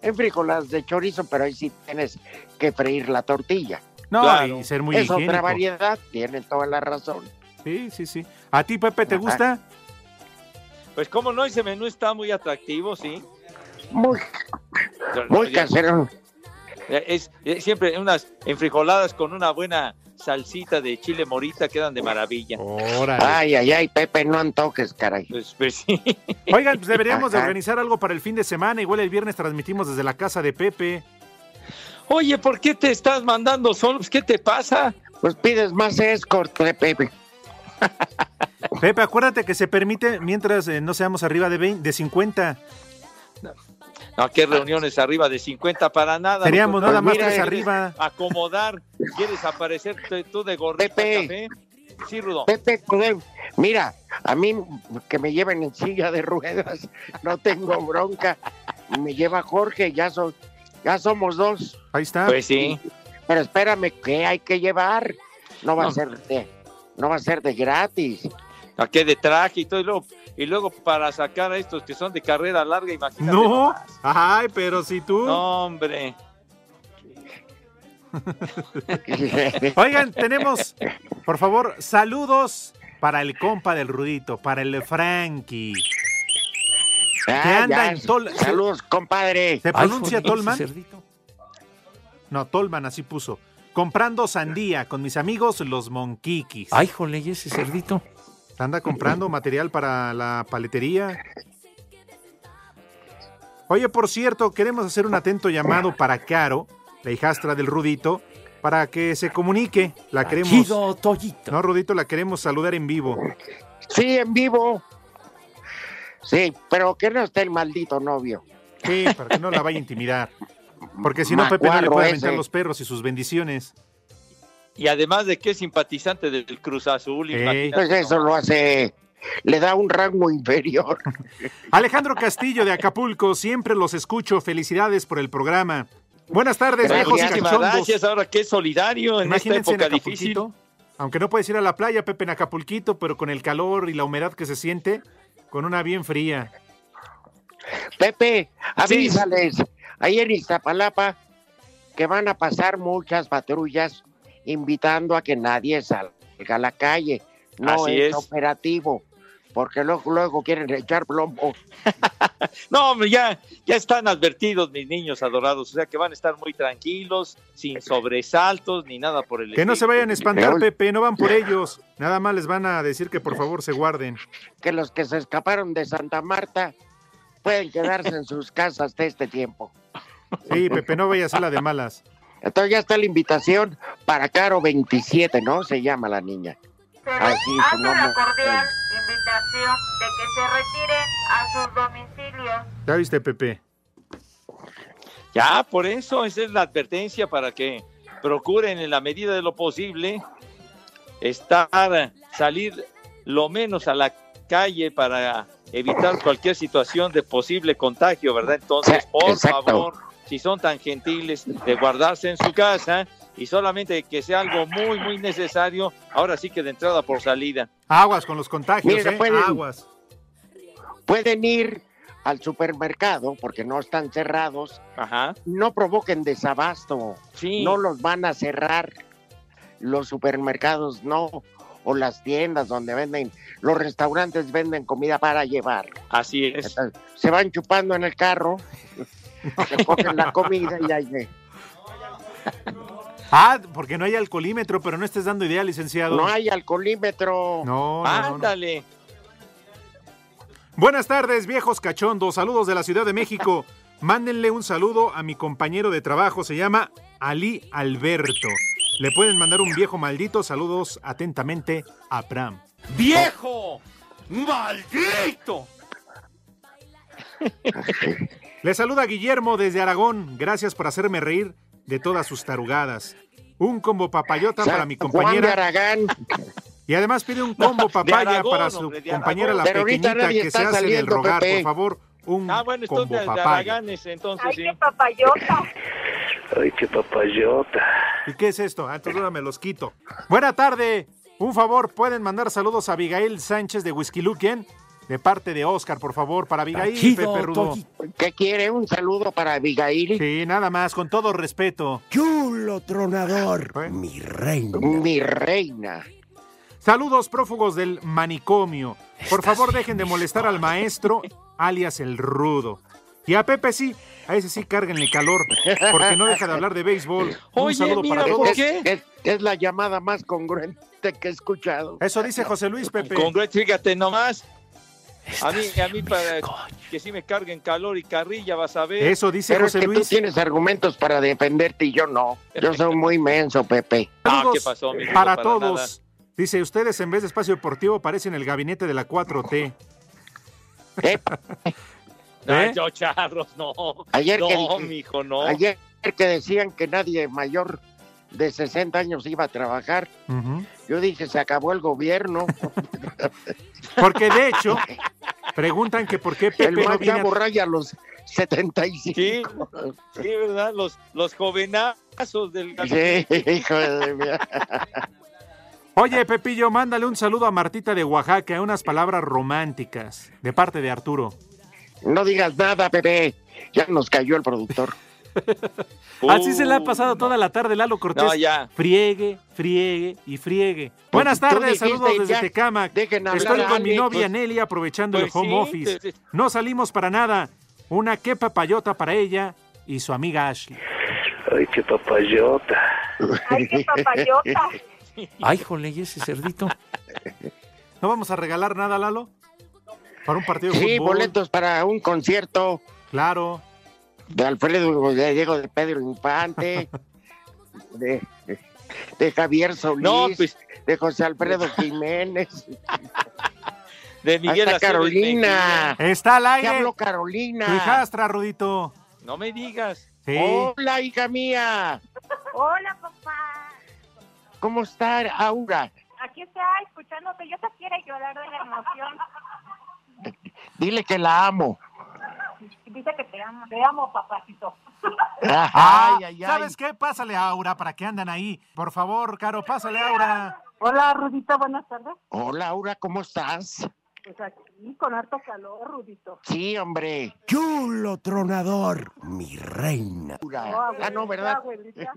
S8: en frijolas de chorizo, pero ahí sí tienes que freír la tortilla.
S2: No, claro. y ser muy
S8: Es
S2: higiénico.
S8: otra variedad, tienen toda la razón.
S2: Sí, sí, sí. ¿A ti, Pepe, te Ajá. gusta?
S3: Pues como no, ese menú está muy atractivo, sí.
S8: Muy, muy casero.
S3: Es, es, siempre unas enfrijoladas con una buena salsita de chile morita quedan de maravilla.
S2: Órale.
S8: Ay, ay, ay, Pepe, no antoques, caray.
S3: Pues, pues, sí.
S2: Oigan, pues deberíamos de organizar algo para el fin de semana. Igual el viernes transmitimos desde la casa de Pepe.
S3: Oye, ¿por qué te estás mandando solos? ¿Qué te pasa?
S8: Pues pides más escort, Pepe.
S2: Pepe, acuérdate que se permite mientras eh, no seamos arriba de, 20, de 50.
S3: No. No, qué reuniones arriba de 50 para nada. Pues
S2: Seríamos nada más tres arriba.
S3: Acomodar, quieres aparecer tú de gorrita
S8: Pepe.
S3: café. Sí, Rudo.
S8: Pepe, pues, mira, a mí que me lleven en silla de ruedas, no tengo bronca. Me lleva Jorge, ya, so- ya somos dos.
S2: Ahí está.
S3: Pues sí.
S8: Pero espérame, ¿qué hay que llevar? No va
S3: No.
S8: a ser de, no va a ser de gratis.
S3: Aquí de traje y todo. Y luego, y luego para sacar a estos que son de carrera larga, imagínate.
S2: No, ay, pero si tú.
S3: No, hombre.
S8: Ah,
S2: Oigan, tenemos, por favor, saludos para el compa del Rudito, para el Frankie. Que
S8: Ah,
S2: anda
S8: ya,
S2: en Tol.
S8: Saludos, compadre.
S2: ¿Se pronuncia Tolman? No, Tolman así puso. Comprando sandía con mis amigos los Monquiquis.
S22: Ay, jole, ¿y ese cerdito.
S2: Anda comprando material para la paletería. Oye, por cierto, queremos hacer un atento llamado para Caro, la hijastra del Rudito, para que se comunique.
S22: Ah,
S2: La queremos. No, Rudito, la queremos saludar en vivo.
S8: Sí, en vivo. Sí, pero que no esté el maldito novio.
S2: Sí, para que no la vaya a intimidar. Porque si no, Pepe no le
S8: Macuarro
S2: puede
S8: ese.
S2: aventar los perros y sus bendiciones.
S3: Y además de que es simpatizante del Cruz Azul, imagínate.
S8: Pues eso lo hace, le da un rango inferior.
S2: Alejandro Castillo de Acapulco, siempre los escucho. Felicidades por el programa. Buenas tardes,
S3: Gracias,
S2: viejos y
S3: muchísimas
S2: cachondos.
S3: gracias, ahora que es solidario en esta
S2: Imagínense en
S3: época difícil.
S2: Acapulquito, Aunque no puedes ir a la playa, Pepe, en Acapulquito, pero con el calor y la humedad que se siente, con una bien fría.
S8: Pepe, avísales. Ahí en Iztapalapa que van a pasar muchas patrullas invitando a que nadie salga a la calle. No
S3: Así
S8: es,
S3: es.
S8: operativo, porque luego, luego quieren echar plomo.
S3: No, hombre, ya, ya están advertidos mis niños adorados, o sea que van a estar muy tranquilos, sin sobresaltos ni nada por el
S2: Que no se vayan a espantar,
S3: Pepe.
S2: Pepe, no van por ellos. Nada más les van a decir que por favor se guarden.
S8: Que los que se escaparon de Santa Marta pueden quedarse en sus casas de este tiempo.
S2: Sí, Pepe, no vayas a ser la de malas.
S8: Entonces ya está la invitación para Caro 27, ¿no? Se llama la niña. Así su
S6: Hace
S8: nombre.
S6: la cordial invitación de que se retiren a sus domicilios.
S2: ¿Ya viste, Pepe?
S3: Ya, por eso, esa es la advertencia para que procuren en la medida de lo posible estar, salir lo menos a la calle para evitar cualquier situación de posible contagio, ¿verdad? Entonces, por
S8: exacto.
S3: favor, si son tan gentiles de guardarse en su casa y solamente que sea algo muy, muy necesario, ahora sí que de entrada por salida.
S2: Aguas con los contagios,
S8: Mira,
S2: ¿eh?
S8: pueden-
S2: Aguas.
S8: Pueden ir al supermercado porque no están cerrados.
S3: Ajá.
S8: No provoquen desabasto.
S3: Sí.
S8: No los van a cerrar. Los supermercados no. O las tiendas donde venden, los restaurantes venden comida para llevar.
S3: Así es.
S8: Entonces, se van chupando en el carro, se cogen la comida y ahí ve.
S2: Ah, porque no hay alcoholímetro, pero no estés dando idea, licenciado.
S8: No hay Ah, alcoholímetro.
S2: No, no, no, no.
S3: Ándale.
S2: Buenas tardes, viejos cachondos. Saludos de la Ciudad de México. Mándenle un saludo a mi compañero de trabajo, se llama Ali Alberto. Le pueden mandar un viejo maldito. Saludos atentamente a Pram.
S22: ¡Viejo! ¡Maldito!
S2: Le saluda Guillermo desde Aragón. Gracias por hacerme reír de todas sus tarugadas. Un combo papayota para mi
S8: Juan de
S2: compañera.
S8: Aragán.
S2: Y además pide un combo papaya
S3: Aragón,
S2: para su
S3: hombre, de
S2: compañera
S3: Aragón.
S2: la
S8: Pero ahorita
S2: pequeñita
S8: nadie
S2: que se
S8: está
S2: hace del
S8: saliendo,
S2: rogar.
S8: Pepe.
S2: Por favfavor, un
S3: Ah, bueno,
S2: combo
S3: entonces de
S2: papaya.
S3: Araganes, entonces
S6: Ay,
S3: sí.
S6: qué papayota.
S7: Ay, qué papayota.
S2: ¿Y qué es esto? Ah, entonces ahora me los quito. Buena tarde. Un favor, pueden mandar saludos a Abigail Sánchez de Whisky Luquen, de parte de Oscar, por favor, para Abigail
S22: Tranquilo,
S2: Pepe Rudo.
S22: Togi.
S8: ¿Qué quiere? Un saludo para Abigail.
S2: Sí, nada más, con todo respeto.
S4: Chulo tronador, mi reina.
S8: Mi reina.
S2: Saludos prófugos del manicomio. Por favor, dejen de molestar al maestro, alias el rudo. Y a Pepe sí, a ese sí cárguenle calor, porque no deja de hablar de béisbol. Un
S3: Oye,
S2: saludo
S3: mira,
S2: para
S3: ¿por
S2: todos.
S3: qué?
S8: Es, es la llamada más congruente que he escuchado.
S2: Eso dice José Luis Pepe.
S3: Congreso, fíjate nomás. A mí, a mí para que sí me carguen calor y carrilla, vas a ver.
S2: Eso dice
S8: Pero es
S2: José
S8: que tú
S2: Luis.
S8: tienes argumentos para defenderte y yo no. Yo soy muy menso, Pepe.
S3: Ah,
S2: Saludos
S3: ¿qué pasó, mi rudo?
S2: Para,
S3: Para
S2: todos.
S3: nada.
S2: Dice, ustedes en vez de espacio deportivo parecen el gabinete de la 4T.
S8: Eh,
S3: Ay, Ah, yo, Charros, no.
S8: Ayer
S3: no,
S8: que
S3: mijo, no.
S8: Ayer que decían que nadie mayor de 60 años iba a trabajar, yo dije, se acabó el gobierno.
S2: Porque de hecho, preguntan que por qué
S8: el
S2: Pepe no
S8: más
S2: viene a-
S8: chavo raya a los 75.
S3: Sí, sí, ¿verdad? Los, los jovenazos del...
S8: Sí, hijo de mí.
S2: Oye, Pepillo, mándale un saludo a Martita de Oaxaca, unas palabras románticas de parte de Arturo.
S8: No digas nada, Pepe. Ya nos cayó el productor.
S2: Así se la ha pasado toda la tarde Lalo Cortés.
S8: No, ya. Pues
S2: Friegue, friegue y friegue. Buenas
S8: tú
S2: tardes,
S8: dijiste
S2: saludos desde
S8: ya,
S2: Tecama.
S8: dejen hablar
S2: Estoy
S8: a
S2: con mi
S8: Alex,
S2: novia
S8: pues-
S2: Nelly aprovechando
S8: pues
S2: el home
S8: sí,
S2: office.
S8: pues sí.
S2: No salimos para nada. Una que papayota para ella y su amiga Ashley.
S7: Ay, qué papayota.
S2: Ay, qué papayota.
S22: Ay, jole, ¿y ese cerdito.
S2: ¿No vamos a regalar nada, Lalo? Para un partido de
S8: Sí,
S2: fútbol.
S8: boletos para un concierto.
S2: Claro.
S8: De Alfredo Gallego, de Pedro Infante, de, de Javier Solís,
S3: No, pues.
S8: de José Alfredo Jiménez.
S3: De Miguel
S8: Hasta
S3: Aceves
S8: Carolina.
S3: Mejía.
S2: Está al aire.
S8: Te hablo, Carolina.
S2: Tu hijastra, Rudito.
S3: No me digas.
S2: Sí.
S8: Hola, hija mía.
S6: Hola, papá.
S8: ¿Cómo está Aura?
S6: Aquí está escuchándote. Yo te quiero llorar de la emoción.
S8: Dile que la amo.
S6: Dice que te amo. Te amo, papacito.
S2: Ah,
S8: Ay, ay, ay.
S2: ¿Sabes qué? Pásale, Aura, para que andan ahí. Por favor, Caro, pásale, Aura.
S6: Hola, Rudito, buenas tardes.
S8: Hola, Aura, ¿cómo estás?
S6: Pues aquí, con harto calor, Rudito.
S8: Sí, hombre. Chulo tronador, mi reina.
S6: No, Oh, abuelita,
S8: ah, no, ¿verdad?
S6: abuelita.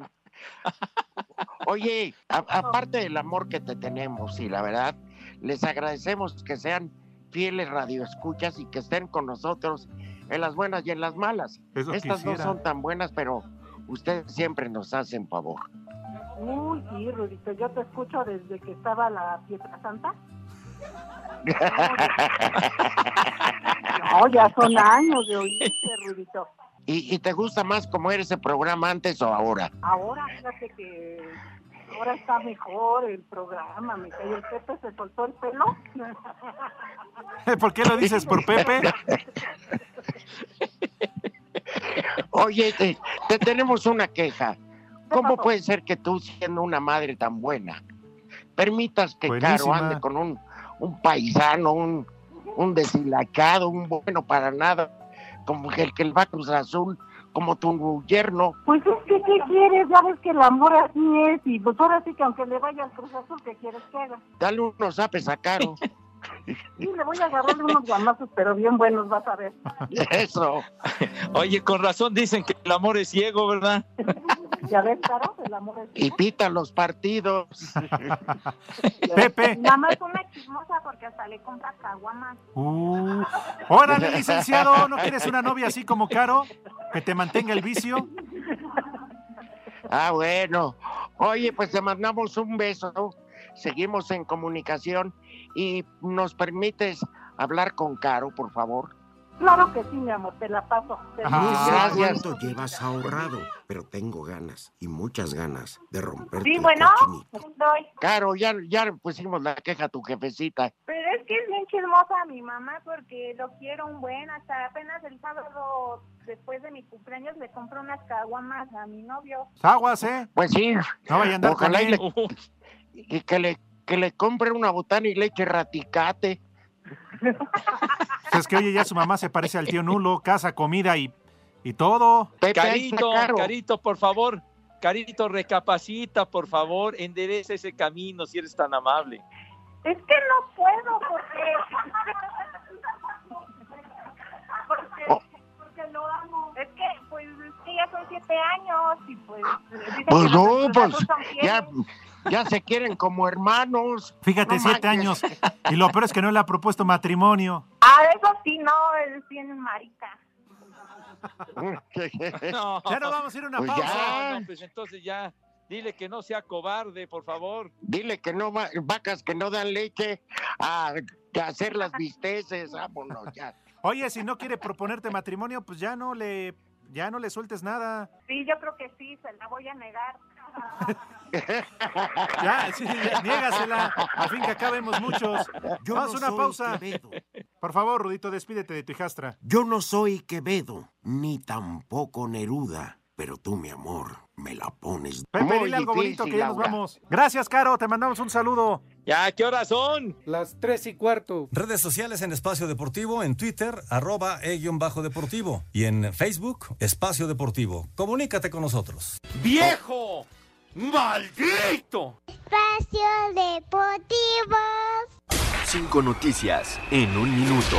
S8: Oye, a- aparte del amor que te tenemos y la verdad, les agradecemos que sean fieles radioescuchas y que estén con nosotros en las buenas y en las malas.
S2: Eso
S8: Estas
S2: quisiera.
S8: no son tan buenas, pero ustedes siempre nos hacen favor.
S6: Uy, sí, Rudito. Yo te escucho desde que estaba la Pietra Santa. No, ya son años de oírte, Rudito.
S8: ¿Y, y te gusta más cómo era ese programa antes o ahora?
S6: Ahora, fíjate que ahora está mejor el programa, mi calle. El Pepe se soltó el pelo.
S2: ¿Por qué lo dices por Pepe?
S8: Oye, te, te tenemos una queja. ¿Cómo puede ser que tú, siendo una madre tan buena, permitas que Caro
S2: Buenísima.
S8: ande con un, un paisano, un, un deshilacado, un bueno para nada, como el que le va a Cruz Azul, como tu yerno?
S6: Pues es que, ¿qué quieres? Ya ves que el amor así es. Y pues ahora sí que aunque le vaya al Cruz Azul, ¿qué quieres que haga?
S8: Dale unos apes a Caro.
S6: Sí, le voy a agarrar unos guamazos, pero bien buenos, vas a ver.
S8: Eso.
S3: Oye, con razón dicen que el amor es ciego, ¿verdad?
S6: Ya ves, Caro, el amor es...
S8: Y pita los partidos.
S2: Pepe.
S6: Nada más una chismosa porque hasta le compra caguamas.
S2: Uh, Órale, licenciado, ¿no quieres una novia así como Caro? Que te mantenga el vicio.
S8: Ah, bueno. Oye, pues te mandamos un beso. ¿no? Seguimos en comunicación y nos permites hablar con Caro, por favor.
S6: Claro que sí, mi amor, te la paso. Te la-
S2: Ah,
S8: gracias.
S4: ¿Cuánto llevas ahorrado? Pero tengo ganas y muchas ganas de romper.
S6: Sí, bueno, doy.
S8: Caro, ya, ya le pusimos la queja a tu jefecita.
S6: Pero es que es bien chismosa mi mamá pues, porque lo quiero un buen. Hasta apenas el sábado después de mi cumpleaños le compro unas caguamas a mi novio.
S2: Aguas, ¿eh?
S8: Pues sí.
S2: No vaya a andar con
S8: Ojalá y,
S2: él.
S8: le- y que le que le compre una botana y leche raticate.
S2: Es que oye, ya su mamá se parece al tío Nulo, casa, comida y, y todo.
S8: Pepe, ahí está
S3: Carito,
S8: Caro.
S3: Carito, por favor. Carito, recapacita, por favor. Endereza ese camino si eres tan amable.
S6: Es que no puedo porque... porque... porque lo amo. Es que, pues, es que ya son siete años y pues... dicen
S8: Pues
S6: que los
S8: no,
S6: Cruz
S8: pues
S6: Azul son fieles.
S8: ya, ya se quieren como hermanos.
S2: Fíjate,
S8: No
S2: siete
S8: manches.
S2: años. Y lo peor es que no le ha propuesto matrimonio.
S6: Ah, eso sí, no, es bien marica.
S3: No.
S2: Ya nos vamos a ir a una
S8: Pues
S2: pausa.
S8: ya.
S3: No, no, pues entonces ya. Dile que no sea cobarde, por favor.
S8: Dile que no va, vacas que no dan leche a, a hacer las visteces, vámonos ya.
S2: Oye, si no quiere proponerte matrimonio, pues ya no le, ya no le sueltes nada.
S6: Sí, yo creo que sí, se la voy a negar.
S2: Ya, sí, ya, niégasela. Al fin que acá vemos muchos.
S4: Yo
S2: Vamos a
S4: no
S2: una
S4: soy
S2: pausa.
S4: Quevedo.
S2: Por favor, Rudito, despídete de tu hijastra.
S4: Yo no soy Quevedo, ni tampoco Neruda, pero tú, mi amor, me la pones.
S2: Pepe, dile algo bonito que ya nos vamos. Gracias, Caro, te mandamos un saludo.
S3: ¿Ya qué horas son?
S13: Las tres y cuarto.
S23: Redes sociales en Espacio Deportivo, en Twitter, arroba E e-deportivo. Y en Facebook, Espacio Deportivo. Comunícate con nosotros.
S3: ¡Viejo! ¡Maldito!
S12: Espacio Deportivo.
S17: Cinco noticias en un minuto.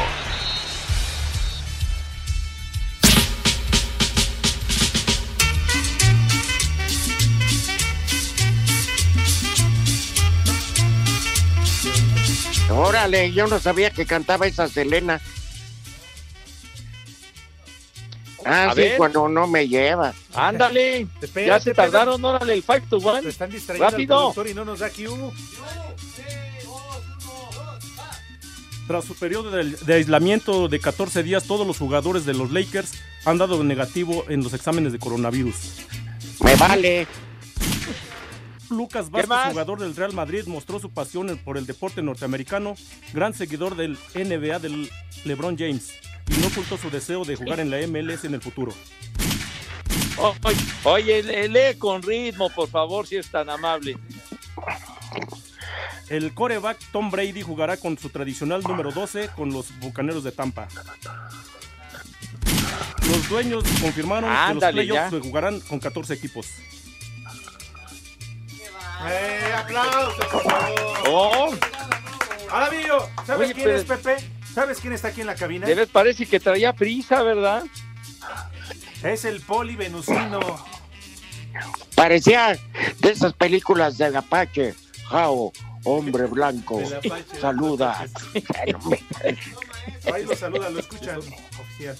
S8: Órale, yo no sabía que cantaba esa Selena. Ah,
S3: A
S8: sí,
S3: ver.
S8: cuando no me lleva.
S3: Ándale, ya se tardaron, órale, el 5 to 1.
S2: Están distrayendo al
S3: Rápido.
S2: productor y no nos da Q.
S1: Tras su periodo de, de aislamiento de 14 días, todos los jugadores de los Lakers han dado negativo en los exámenes de coronavirus.
S8: Me vale.
S1: Lucas Vázquez, jugador del Real Madrid, mostró su pasión en- por el deporte norteamericano, gran seguidor del NBA del LeBron James, y no ocultó su deseo de jugar en la MLS en el futuro.
S3: O- oye, Oye, le- lee con ritmo, por favor, si es tan amable.
S1: El coreback Tom Brady jugará con su tradicional número 12 con los Bucaneros de Tampa. Los dueños confirmaron
S3: Ándale,
S1: que los playoffs
S3: ya.
S1: se jugarán con 14 equipos.
S2: ¡Eh, aplausos, por favor!
S3: Oh,
S2: Ahora, Billo, ¿sabes
S3: Oye,
S2: quién
S3: pero-
S2: es Pepe? ¿Sabes quién está aquí en la cabina?
S3: de ver, parece que traía prisa, ¿verdad?
S2: Es el Poli Venusino.
S8: Parecía de esas películas del Apache. Jao, hombre blanco,
S2: Del Apache,
S8: saluda.
S2: Ahí lo saluda, lo escuchan. Oficial.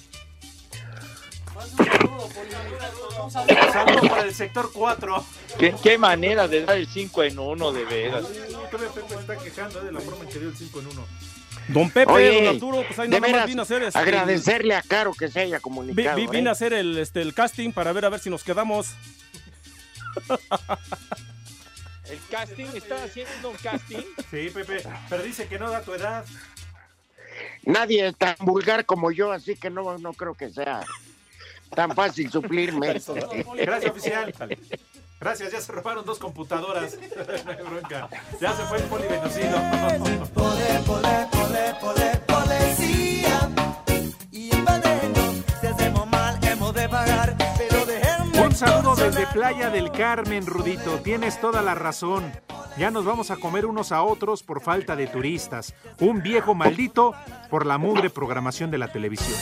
S2: Saludo para el sector 4.
S3: ¿Qué, qué manera de dar el 5 en 1, de veras.
S2: Todavía Pepe está quejando de la forma en que dio el 5 en 1.
S1: Don Pepe,
S8: Oye,
S1: don Arturo, pues ahí
S8: de
S1: nada más
S8: veras,
S1: vino a hacer este-
S8: agradecerle a Caro que se haya
S1: Vi-
S8: comunicado.
S1: vi-
S8: ¿eh?
S1: vine a hacer el, este, el casting para ver a ver si nos quedamos.
S3: El casting, ¿está haciendo un casting?
S2: Sí, Pepe, pero dice que no da tu edad.
S8: Nadie es tan vulgar como yo, así que no, no creo que sea tan fácil suplirme.
S2: Gracias, oficial. Gracias, ya se robaron dos computadoras. No hay bronca. Ya se fue el Poli Venusino.
S11: Policía y el veneno, si hacemos mal hemos de pagar, pero déjenme
S2: Un saludo desde Playa del Carmen, Rudito. Tienes toda la razón. Ya nos vamos a comer unos a otros por falta de turistas. Un viejo maldito por la mugre programación de la televisión.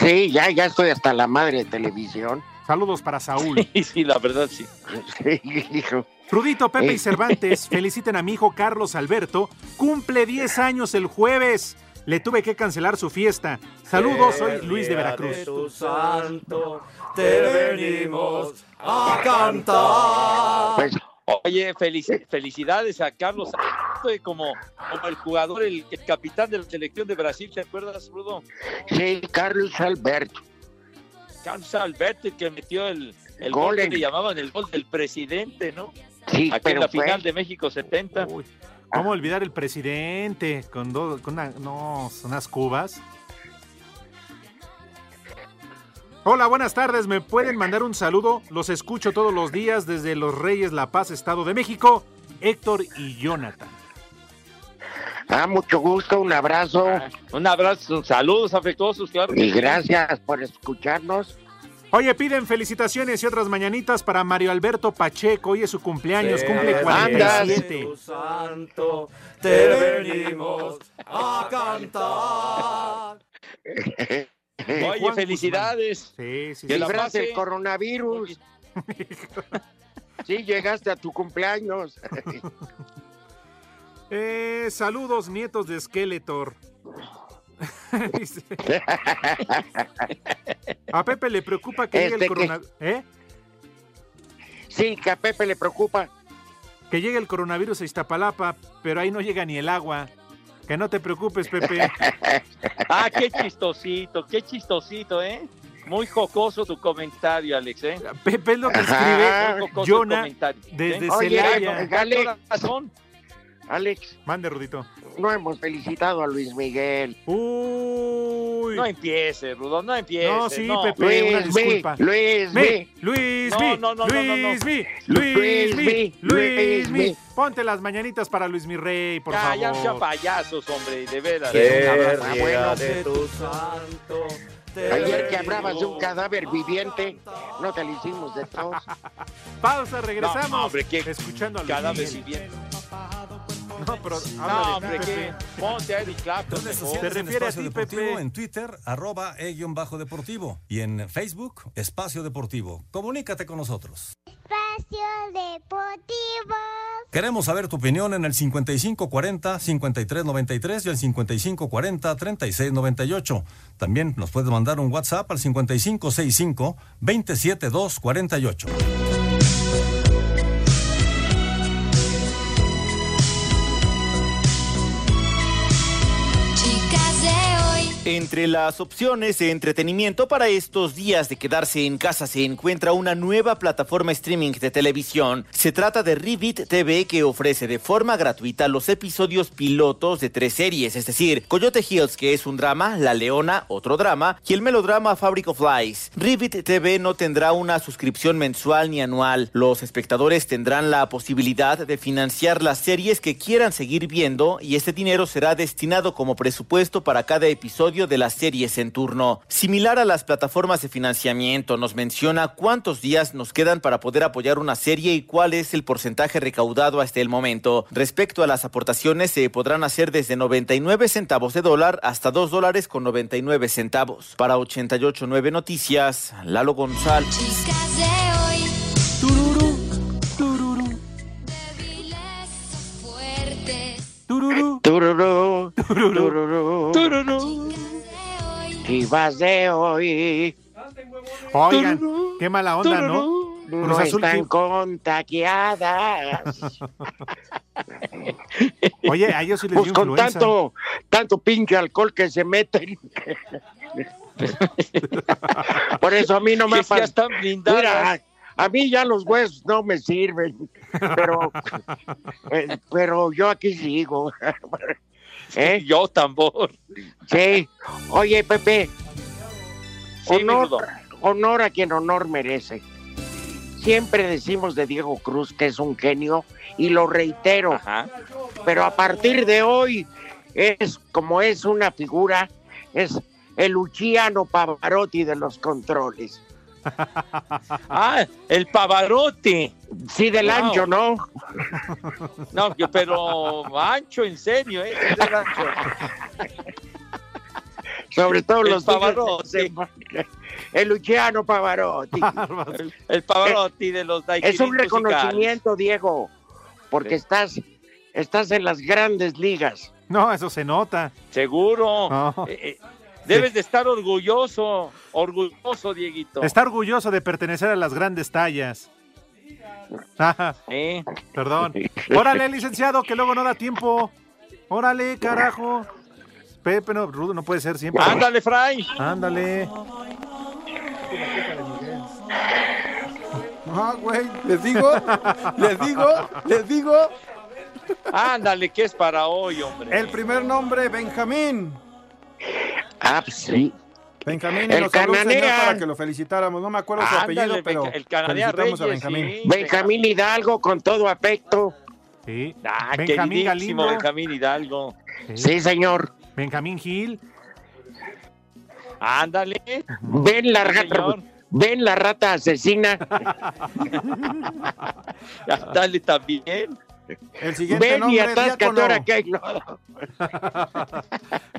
S8: Sí, ya, ya estoy hasta la madre de televisión.
S2: Saludos para Saúl.
S3: Sí, la verdad, sí.
S8: hijo.
S2: Rudito, Pepe
S8: Eh.
S2: y Cervantes feliciten a mi hijo Carlos Alberto. Cumple 10 años el jueves. Le tuve que cancelar su fiesta. Saludos, soy Luis de Veracruz.
S11: tu santo, te venimos a cantar.
S8: pues,
S3: Oye, felici- felicidades a Carlos Alberto, eh, como, como el jugador, el, el capitán de la selección de Brasil, ¿te acuerdas, Rudo?
S8: Sí, Carlos Alberto.
S3: Carlos Alberto, el que metió el, el
S8: Gol
S3: gol que
S8: en-
S3: le llamaban el gol del presidente, ¿no?
S8: Sí,
S3: Aquí en
S8: pero
S3: la
S8: fue-
S3: final de México 70.
S11: Ah.
S2: ¿Cómo olvidar el presidente con, dos, con una- no, unas cubas? Hola, buenas tardes. ¿Me pueden mandar un saludo? Los escucho todos los días desde Los Reyes La Paz, Estado de México. Héctor y Jonathan.
S8: Ah, mucho gusto, un abrazo.
S3: Un abrazo, saludos afectuosos, claro.
S8: Y gracias por escucharnos.
S2: Oye, piden felicitaciones y otras mañanitas para Mario Alberto Pacheco. Hoy es su cumpleaños,
S11: Sí,
S2: cumple
S11: andas.
S2: 47.
S11: Tu santo, te venimos a cantar.
S3: Oye,
S2: Juan
S3: felicidades.
S2: Sí, sí,
S3: Que la
S8: Libraste
S3: pase.
S8: el coronavirus. sí, llegaste a tu cumpleaños.
S2: Eh, saludos, nietos de Skeletor. Dice- a Pepe le preocupa que llegue
S8: Este,
S2: el ¿eh?
S8: que-
S2: coronavirus.
S8: Sí, que a Pepe le preocupa.
S2: Que llegue el coronavirus a Iztapalapa, pero ahí no llega ni el agua. Que no te preocupes, Pepe.
S3: Ah, qué chistosito, qué chistosito, ¿eh? Muy jocoso tu comentario, Alex, ¿eh?
S8: Ah,
S2: Pepe es lo que
S8: Ajá.
S2: escribe
S3: Muy jocoso el
S2: Jonah
S3: comentario, ¿eh?
S2: desde
S8: Oye,
S2: Celaya.
S8: Alex.
S3: Razón.
S8: Alex,
S2: Mande, Rudito.
S8: No hemos felicitado a Luis Miguel.
S2: Uy.
S3: No empiece, Rudolf, no empiece.
S2: No, sí, Pepe, una
S8: Luis, mi,
S2: disculpa.
S8: Luis,
S2: Mi,
S8: mi.
S2: Luis,
S8: No,
S2: mi,
S8: no, no, no, no, no.
S2: Luis, mi,
S8: Luis,
S2: Luis,
S8: mi,
S2: mi, Luis, mi.
S8: mi.
S2: Ponte las mañanitas para Luis mi rey, por
S3: Ya,
S2: favor.
S3: ya, ya payasos, hombre, de veras.
S8: Ah, Bueno,
S3: santo.
S8: Ayer que hablabas de un cadáver viviente, no te lo hicimos de todos.
S2: Pausa, regresamos.
S3: No, no, hombre, ¿qué?
S2: Escuchando a Luis
S3: Cada
S2: Miguel.
S3: vez viviendo.
S2: No, pero
S3: No,
S2: háblale,
S3: hombre, ¿qué?
S2: Pepe. Oh.
S3: Ponte a Eric Clapton.
S23: Redes
S3: mejor.
S23: sociales en Espacio Deportivo, En Twitter, arroba e-deportivo. Y en Facebook, Espacio Deportivo. Comunícate con nosotros.
S12: Espacio Deportivo.
S23: Queremos saber tu opinión en el 5540-5393 y el 5540-3698. También nos puedes mandar un WhatsApp al 5565-27248.
S5: Chicas de hoy.
S14: Entre las opciones de entretenimiento para estos días de quedarse en casa se encuentra una nueva plataforma streaming de televisión. Se trata de Revit TV que ofrece de forma gratuita los episodios pilotos de tres series, es decir, Coyote Hills que es un drama, La Leona otro drama y el melodrama Fabric of Lies. Revit TV no tendrá una suscripción mensual ni anual. Los espectadores tendrán la posibilidad de financiar las series que quieran seguir viendo y este dinero será destinado como presupuesto para cada episodio de las series en turno. Similar a las plataformas de financiamiento, nos menciona cuántos días nos quedan para poder apoyar una serie y cuál es el porcentaje recaudado hasta el momento. Respecto a las aportaciones, se podrán hacer desde 99 centavos de dólar hasta 2 dólares con 99 centavos. Para 889 Noticias, Lalo González.
S5: Chicas de hoy. Tururú, tururú. Débiles o fuertes.
S8: Tururú. Tururú. Tururú. Chivas de hoy.
S2: Oigan, qué mala onda, ¿no?
S8: Tururú.
S2: Cruz
S8: No
S2: Azul
S8: están
S2: que-
S8: contagiadas.
S2: Oye, a ellos sí les
S8: Pues
S2: dio
S8: con
S2: influenza.
S8: tanto, tanto pinche alcohol que se meten. Por eso a mí no me
S3: Que ya
S8: pas-
S3: están blindadas.
S8: Mira, a, a mí ya los huesos no me sirven, pero, eh, pero yo aquí sigo. ¿Eh?
S3: Yo tambor.
S8: Sí. Oye, Pepe,
S3: Sí, mi
S8: honor,
S3: Rudo.
S8: honor a quien honor merece. Siempre decimos de Diego Cruz que es un genio y lo reitero. Pero a partir de hoy es como es una figura, es el Luciano Pavarotti de los controles.
S3: Ah, el Pavarotti.
S8: Sí, del
S3: Wow.
S8: ancho, ¿no?
S3: No, que- pero ancho, en serio, ¿eh? Sí, del ancho.
S8: Sobre todo
S3: El
S8: los hijos de-
S3: Pavarotti.
S8: El Luciano Pavarotti.
S3: El Pavarotti de los daiquiris
S8: Es un
S3: musicales.
S8: reconocimiento, Diego, porque estás, estás en las grandes ligas.
S2: No, eso se nota.
S3: Seguro.
S2: No.
S3: Eh, eh, debes de estar orgulloso, orgulloso, Dieguito.
S2: Está orgulloso de pertenecer a las grandes tallas. Ajá,
S3: ¿Eh?
S2: Perdón. Órale, licenciado, que luego no da tiempo. Órale, carajo. Pepe, no, Rudo, no puede ser siempre.
S3: Ándale, Fray.
S2: Ándale.
S3: Ah, güey, les digo, les digo, les digo. Ándale, que es para hoy, hombre.
S10: El primer nombre, Benjamín.
S8: Ah, pues sí.
S10: Benjamín
S8: El
S10: nos habló un señor
S8: cananea.
S10: para que lo felicitáramos. No me acuerdo su
S8: Ándale,
S10: apellido, pero
S8: Benja- el cananea
S10: felicitamos a
S8: Reyes,
S10: Benjamín.
S8: sí. Benjamín Hidalgo, con todo afecto.
S2: Sí.
S3: Ah,
S2: Benjamín
S3: queridísimo
S2: Galindo.
S3: Benjamín Hidalgo.
S8: Sí, señor.
S2: Benjamín Gil.
S3: Ándale.
S8: Ven la
S3: Sí,
S8: rata,
S3: señor.
S8: ven la rata asesina.
S3: Ándale también.
S10: El
S2: este
S10: siguiente
S8: ven y
S10: nombre,
S8: atáscate
S10: Diácono.
S8: ahora que hay lodo.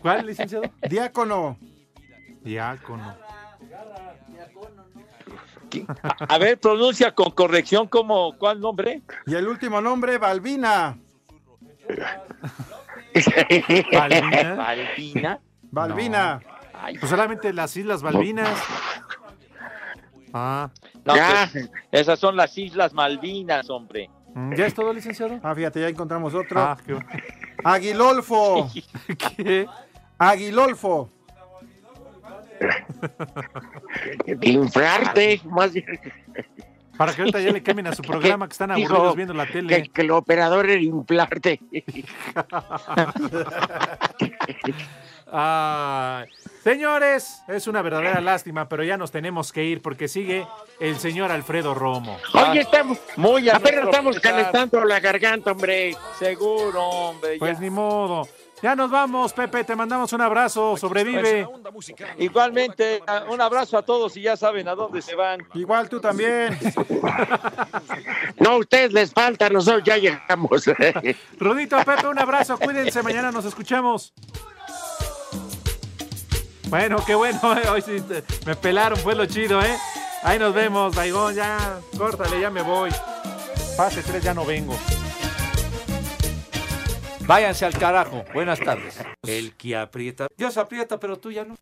S2: ¿Cuál, licenciado?
S10: Diácono.
S2: Diácono.
S3: A ver, pronuncia con corrección como cuál nombre.
S10: Y el último nombre, Balbina.
S2: Balbina.
S3: Balbina.
S10: Balbina.
S2: Pues solamente las Islas Balvinas. Ah.
S3: No,
S2: Ya.
S3: pues, esas son las Islas Malvinas, hombre.
S2: Mm, ¿Ya es todo, licenciado?
S10: Ah, fíjate, ya encontramos otro.
S2: Ah, qué bueno.
S10: Aguilolfo.
S2: ¿Qué?
S10: Aguilolfo.
S8: Inflarte. Más bien.
S2: Para que ahorita ya le cambien a su programa que están
S8: Dijo
S2: aburridos viendo la tele.
S8: Que, que el operador era implante.
S2: Ay. Ah, Señores, es una verdadera lástima, pero ya nos tenemos que ir porque sigue el señor Alfredo Romo.
S8: Hoy estamos
S2: Muy
S8: muy
S2: a
S8: apenas
S2: nuestro
S8: estamos
S2: pesar.
S8: calentando la garganta, hombre.
S3: Seguro, hombre.
S2: Pues ni modo. Ya nos vamos, Pepe, te mandamos un abrazo, sobrevive.
S3: Igualmente, a- un abrazo a todos y ya saben a dónde se van.
S2: Igual tú también.
S8: No, a ustedes les falta, nosotros ya llegamos.
S2: Rudito, Pepe, un abrazo, cuídense, mañana nos escuchamos. Bueno, qué bueno, eh, hoy sí te- me pelaron, fue lo chido, ¿eh? Ahí nos vemos, Baigón, ya, córtale, ya me voy. Pase tres, ya no vengo.
S22: Váyanse al carajo. Buenas tardes. El que aprieta. Dios aprieta, pero tú ya no.